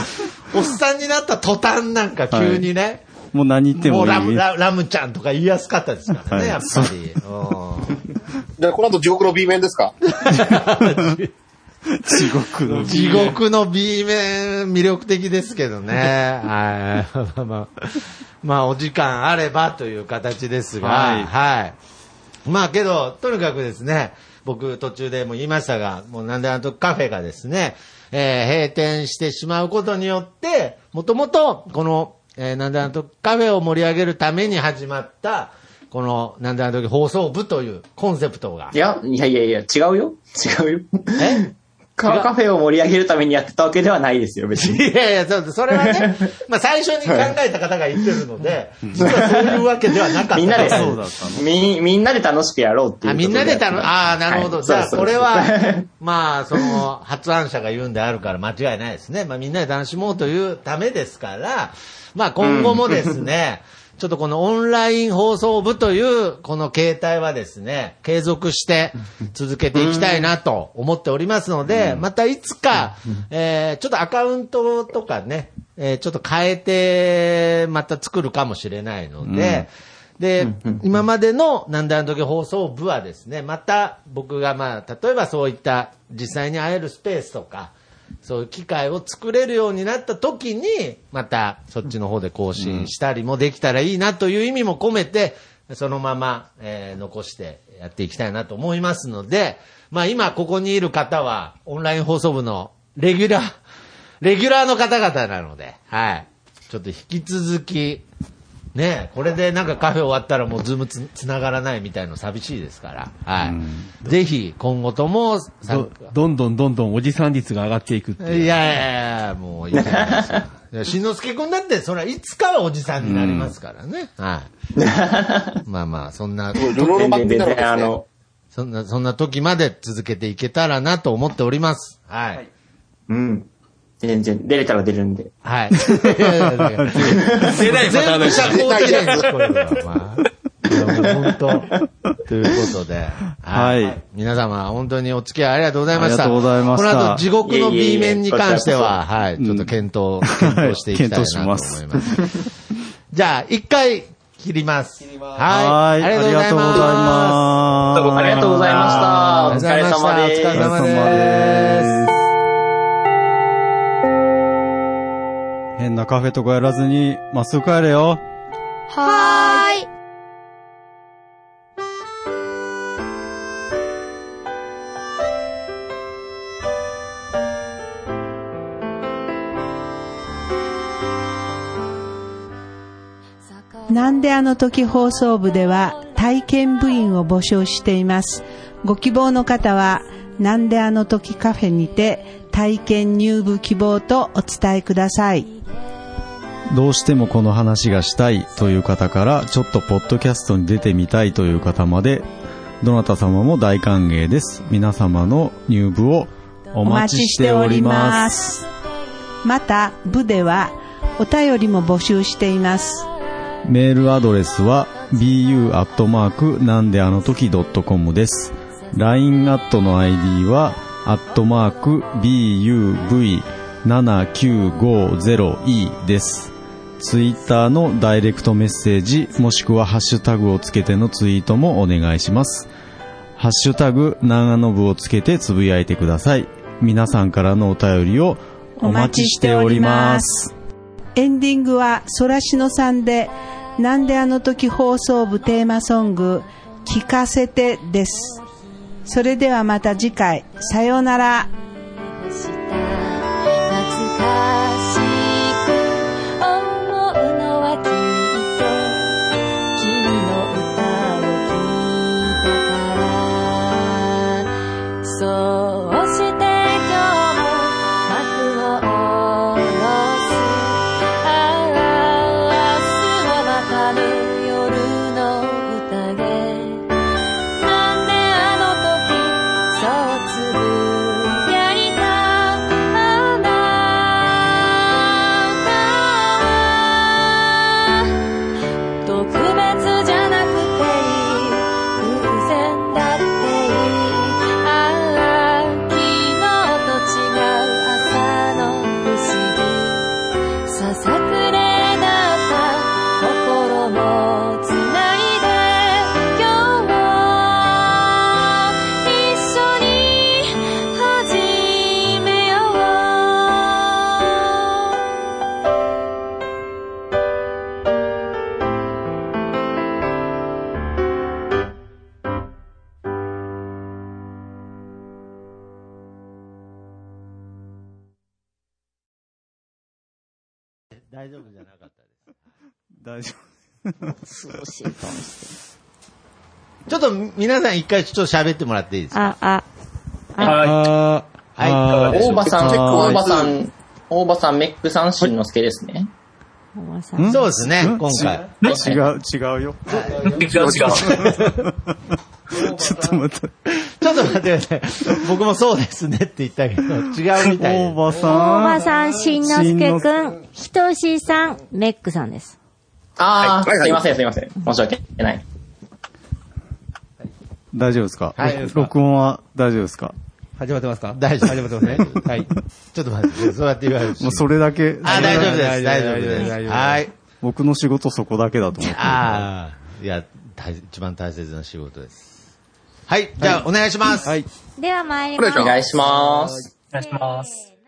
Speaker 6: おっさんになった途端なんか急にね、
Speaker 4: もう何言って
Speaker 6: も
Speaker 4: も
Speaker 6: う
Speaker 4: いい。
Speaker 6: ラムララムちゃんとか言いやすかったですからね、
Speaker 4: はい
Speaker 6: やっぱり。うん
Speaker 10: じゃあ、この後地獄の B 面ですか
Speaker 4: 地獄の。
Speaker 6: 地獄の B 面魅力的ですけどね。はい。 (laughs) まあまあ、まあお時間あればという形ですが、
Speaker 4: はい
Speaker 6: はい。まあけど、とにかくですね、僕途中でも言いましたが、もうなんであのカフェがですね、えー閉店してしまうことによって、もともとこの、えーなんであの時カフェを盛り上げるために始まった、この、なんであの時放送部というコンセプトが
Speaker 8: い。や、いやいやいや、違うよ。違うよ。
Speaker 6: え違
Speaker 8: (laughs) カ
Speaker 6: う
Speaker 8: カフェを盛り上げるためにやってたわけではないですよ、別に。
Speaker 6: いやいや、そ
Speaker 8: (laughs)
Speaker 6: うそれはね、 (laughs) まあ最初に考えた方が言ってるので、実はそういうわけではなかった。
Speaker 8: みんなで
Speaker 6: そうだ
Speaker 8: み、みんなで楽しくやろうっていう
Speaker 6: あ、
Speaker 8: ことで。
Speaker 6: みんなでたの、ああ、なるほど。
Speaker 8: はい
Speaker 6: じゃあ、
Speaker 8: そうそ
Speaker 6: こ
Speaker 8: う、
Speaker 6: れは
Speaker 8: (laughs)
Speaker 6: まあ、その、発案者が言うんであるから間違いないですね。まあ、みんなで楽しもうというためですから、まあ、今後もですね、 (laughs) ちょっとこのオンライン放送部という、この形態はですね、継続して続けていきたいなと思っておりますので、またいつか、えーちょっとアカウントとかね、えーちょっと変えて、また作るかもしれないので、で、今までのなんであの時放送部はですね、また僕がまあ、例えばそういった実際に会えるスペースとか、そういう機会を作れるようになった時に、またそっちの方で更新したりもできたらいいなという意味も込めて、そのまま、えー残してやっていきたいなと思いますので、まあ今ここにいる方は、オンライン放送部のレギュラー、 (laughs) レギュラーの方々なので、はい。ちょっと引き続き、ねえこれでなんかカフェ終わったらもうズームつつながらないみたいの寂しいですから、はい。ぜひ今後とも参加、
Speaker 3: どどんどんどんどんおじさん率が上がっていくっていう
Speaker 6: いやいやいや、もういいじゃないですか。いやしんのすけくんだって、それはいつかはおじさんになりますからね。はい。まあまあ、そんな、
Speaker 10: ルロロ版
Speaker 8: 全
Speaker 10: み
Speaker 8: 然
Speaker 10: たいなことで
Speaker 8: 全然、
Speaker 10: す
Speaker 8: あ
Speaker 10: ね。
Speaker 8: の、
Speaker 6: そんな、そんな時まで続けていけたらなと思っております。はい。
Speaker 8: うん。全然、出れたら出るんで。 (laughs)
Speaker 6: はい。いやいやいやいや
Speaker 3: 出ないパター
Speaker 6: 全
Speaker 3: ンだ
Speaker 6: 部社
Speaker 3: か
Speaker 6: 交辞令です、これは。いやもう本当。ということで。
Speaker 4: はい。
Speaker 6: 皆様、本当にお付き合いありがとうございました。
Speaker 4: ありがとうございました
Speaker 6: この後、地獄の
Speaker 8: いえいえい
Speaker 6: B
Speaker 8: え
Speaker 6: 面に関しては、はい、
Speaker 4: ん
Speaker 6: ちょっと検討、検討していきたいなと思います。
Speaker 4: 検討
Speaker 6: じゃあ、一回、切ります。は。
Speaker 4: はいい。
Speaker 6: あ
Speaker 4: あ
Speaker 6: り
Speaker 4: り
Speaker 6: がと
Speaker 4: がと
Speaker 6: う
Speaker 4: う
Speaker 6: ご
Speaker 4: ご
Speaker 6: ざ
Speaker 4: ざ
Speaker 6: い
Speaker 4: い
Speaker 6: ます。
Speaker 4: ます。
Speaker 8: ありがとうございました。
Speaker 6: あ
Speaker 8: お
Speaker 6: り
Speaker 8: 疲
Speaker 6: が
Speaker 8: れ
Speaker 6: とうご
Speaker 8: 様
Speaker 6: ざいま
Speaker 8: で
Speaker 6: し
Speaker 8: す。
Speaker 6: たお疲れ様です。
Speaker 4: 変なカフェとかやらずに、まっすぐ帰れよ。
Speaker 11: はーい。
Speaker 4: 「
Speaker 12: なんであの時放送部では体験部員を募集しています。ご希望の方は、なんであの時カフェにて体験入部希望とお伝えください。
Speaker 4: どうしてもこの話がしたいという方から、ちょっとポッドキャストに出てみたいという方まで、どなた様も大歓迎です。皆様の入部をお待ちしております。
Speaker 12: す。また、部ではお便りも募集しています。
Speaker 4: メールアドレスは bu アットマークなんであの時 .com です。LINE アットの ID はアットマーク buv7950e です。ツイッターのダイレクトメッセージもしくはハッシュタグをつけてのツイートもお願いします。ハッシュタグ長野部をつけてつぶやいてください。皆さんからのお便りをお待ちしております。
Speaker 12: エンディングはソラシノさんで、なんであの時放送部テーマソング、聞かせてです。それではまた次回、さようなら。
Speaker 11: 懐かしく思うのはきっと君の歌を聴いたからそうして今日も幕を下ろすああ明日はまたね夜の宴なんであの時そうつぶやいたあなたは特別じゃなくていい偶然だっていいああ昨日と違う朝の不思議ささくれだった心もつないで今日も一緒に始めよう
Speaker 6: 大丈夫じゃなかったです。
Speaker 4: 大丈
Speaker 6: 夫。少しちょっと皆さん一回ちょっと喋ってもらっていいですか
Speaker 5: あ、あ、
Speaker 4: は
Speaker 6: はいいかがでし
Speaker 8: 大
Speaker 6: ょうか。
Speaker 8: 場さん、
Speaker 6: はい
Speaker 8: 大場さん、大場さん、メックさん、しんのすけですね。
Speaker 6: んそうですね今回
Speaker 4: 違う、違うよ。
Speaker 6: 違う違う
Speaker 4: ちょっと待って。
Speaker 6: ちょっと待ってください。僕もそうですねって言ったけど、違うみたいです。
Speaker 4: 大場
Speaker 5: 大場さん、しんのすけくん、ひとしさん、メックさんです。
Speaker 8: あ
Speaker 5: は
Speaker 8: あ、
Speaker 5: いはい
Speaker 8: すいません、すいません。申し訳ない。
Speaker 4: 大丈夫ですか
Speaker 8: はい
Speaker 4: 録録音は大丈夫ですか
Speaker 6: 始まってますか大丈夫。始まってますね。はい。ちょっと待って、そうやって言われるし
Speaker 4: もうそれだけ。
Speaker 6: あ大丈夫です大丈夫ですはい。
Speaker 4: 僕の仕事そこだけだと思って。
Speaker 6: ああ、いや、大一番大切な仕事です。はい、じゃあ、お願いします。はい。
Speaker 5: では参り
Speaker 6: お願いします
Speaker 5: ます。。
Speaker 6: お願いします
Speaker 5: お願いします。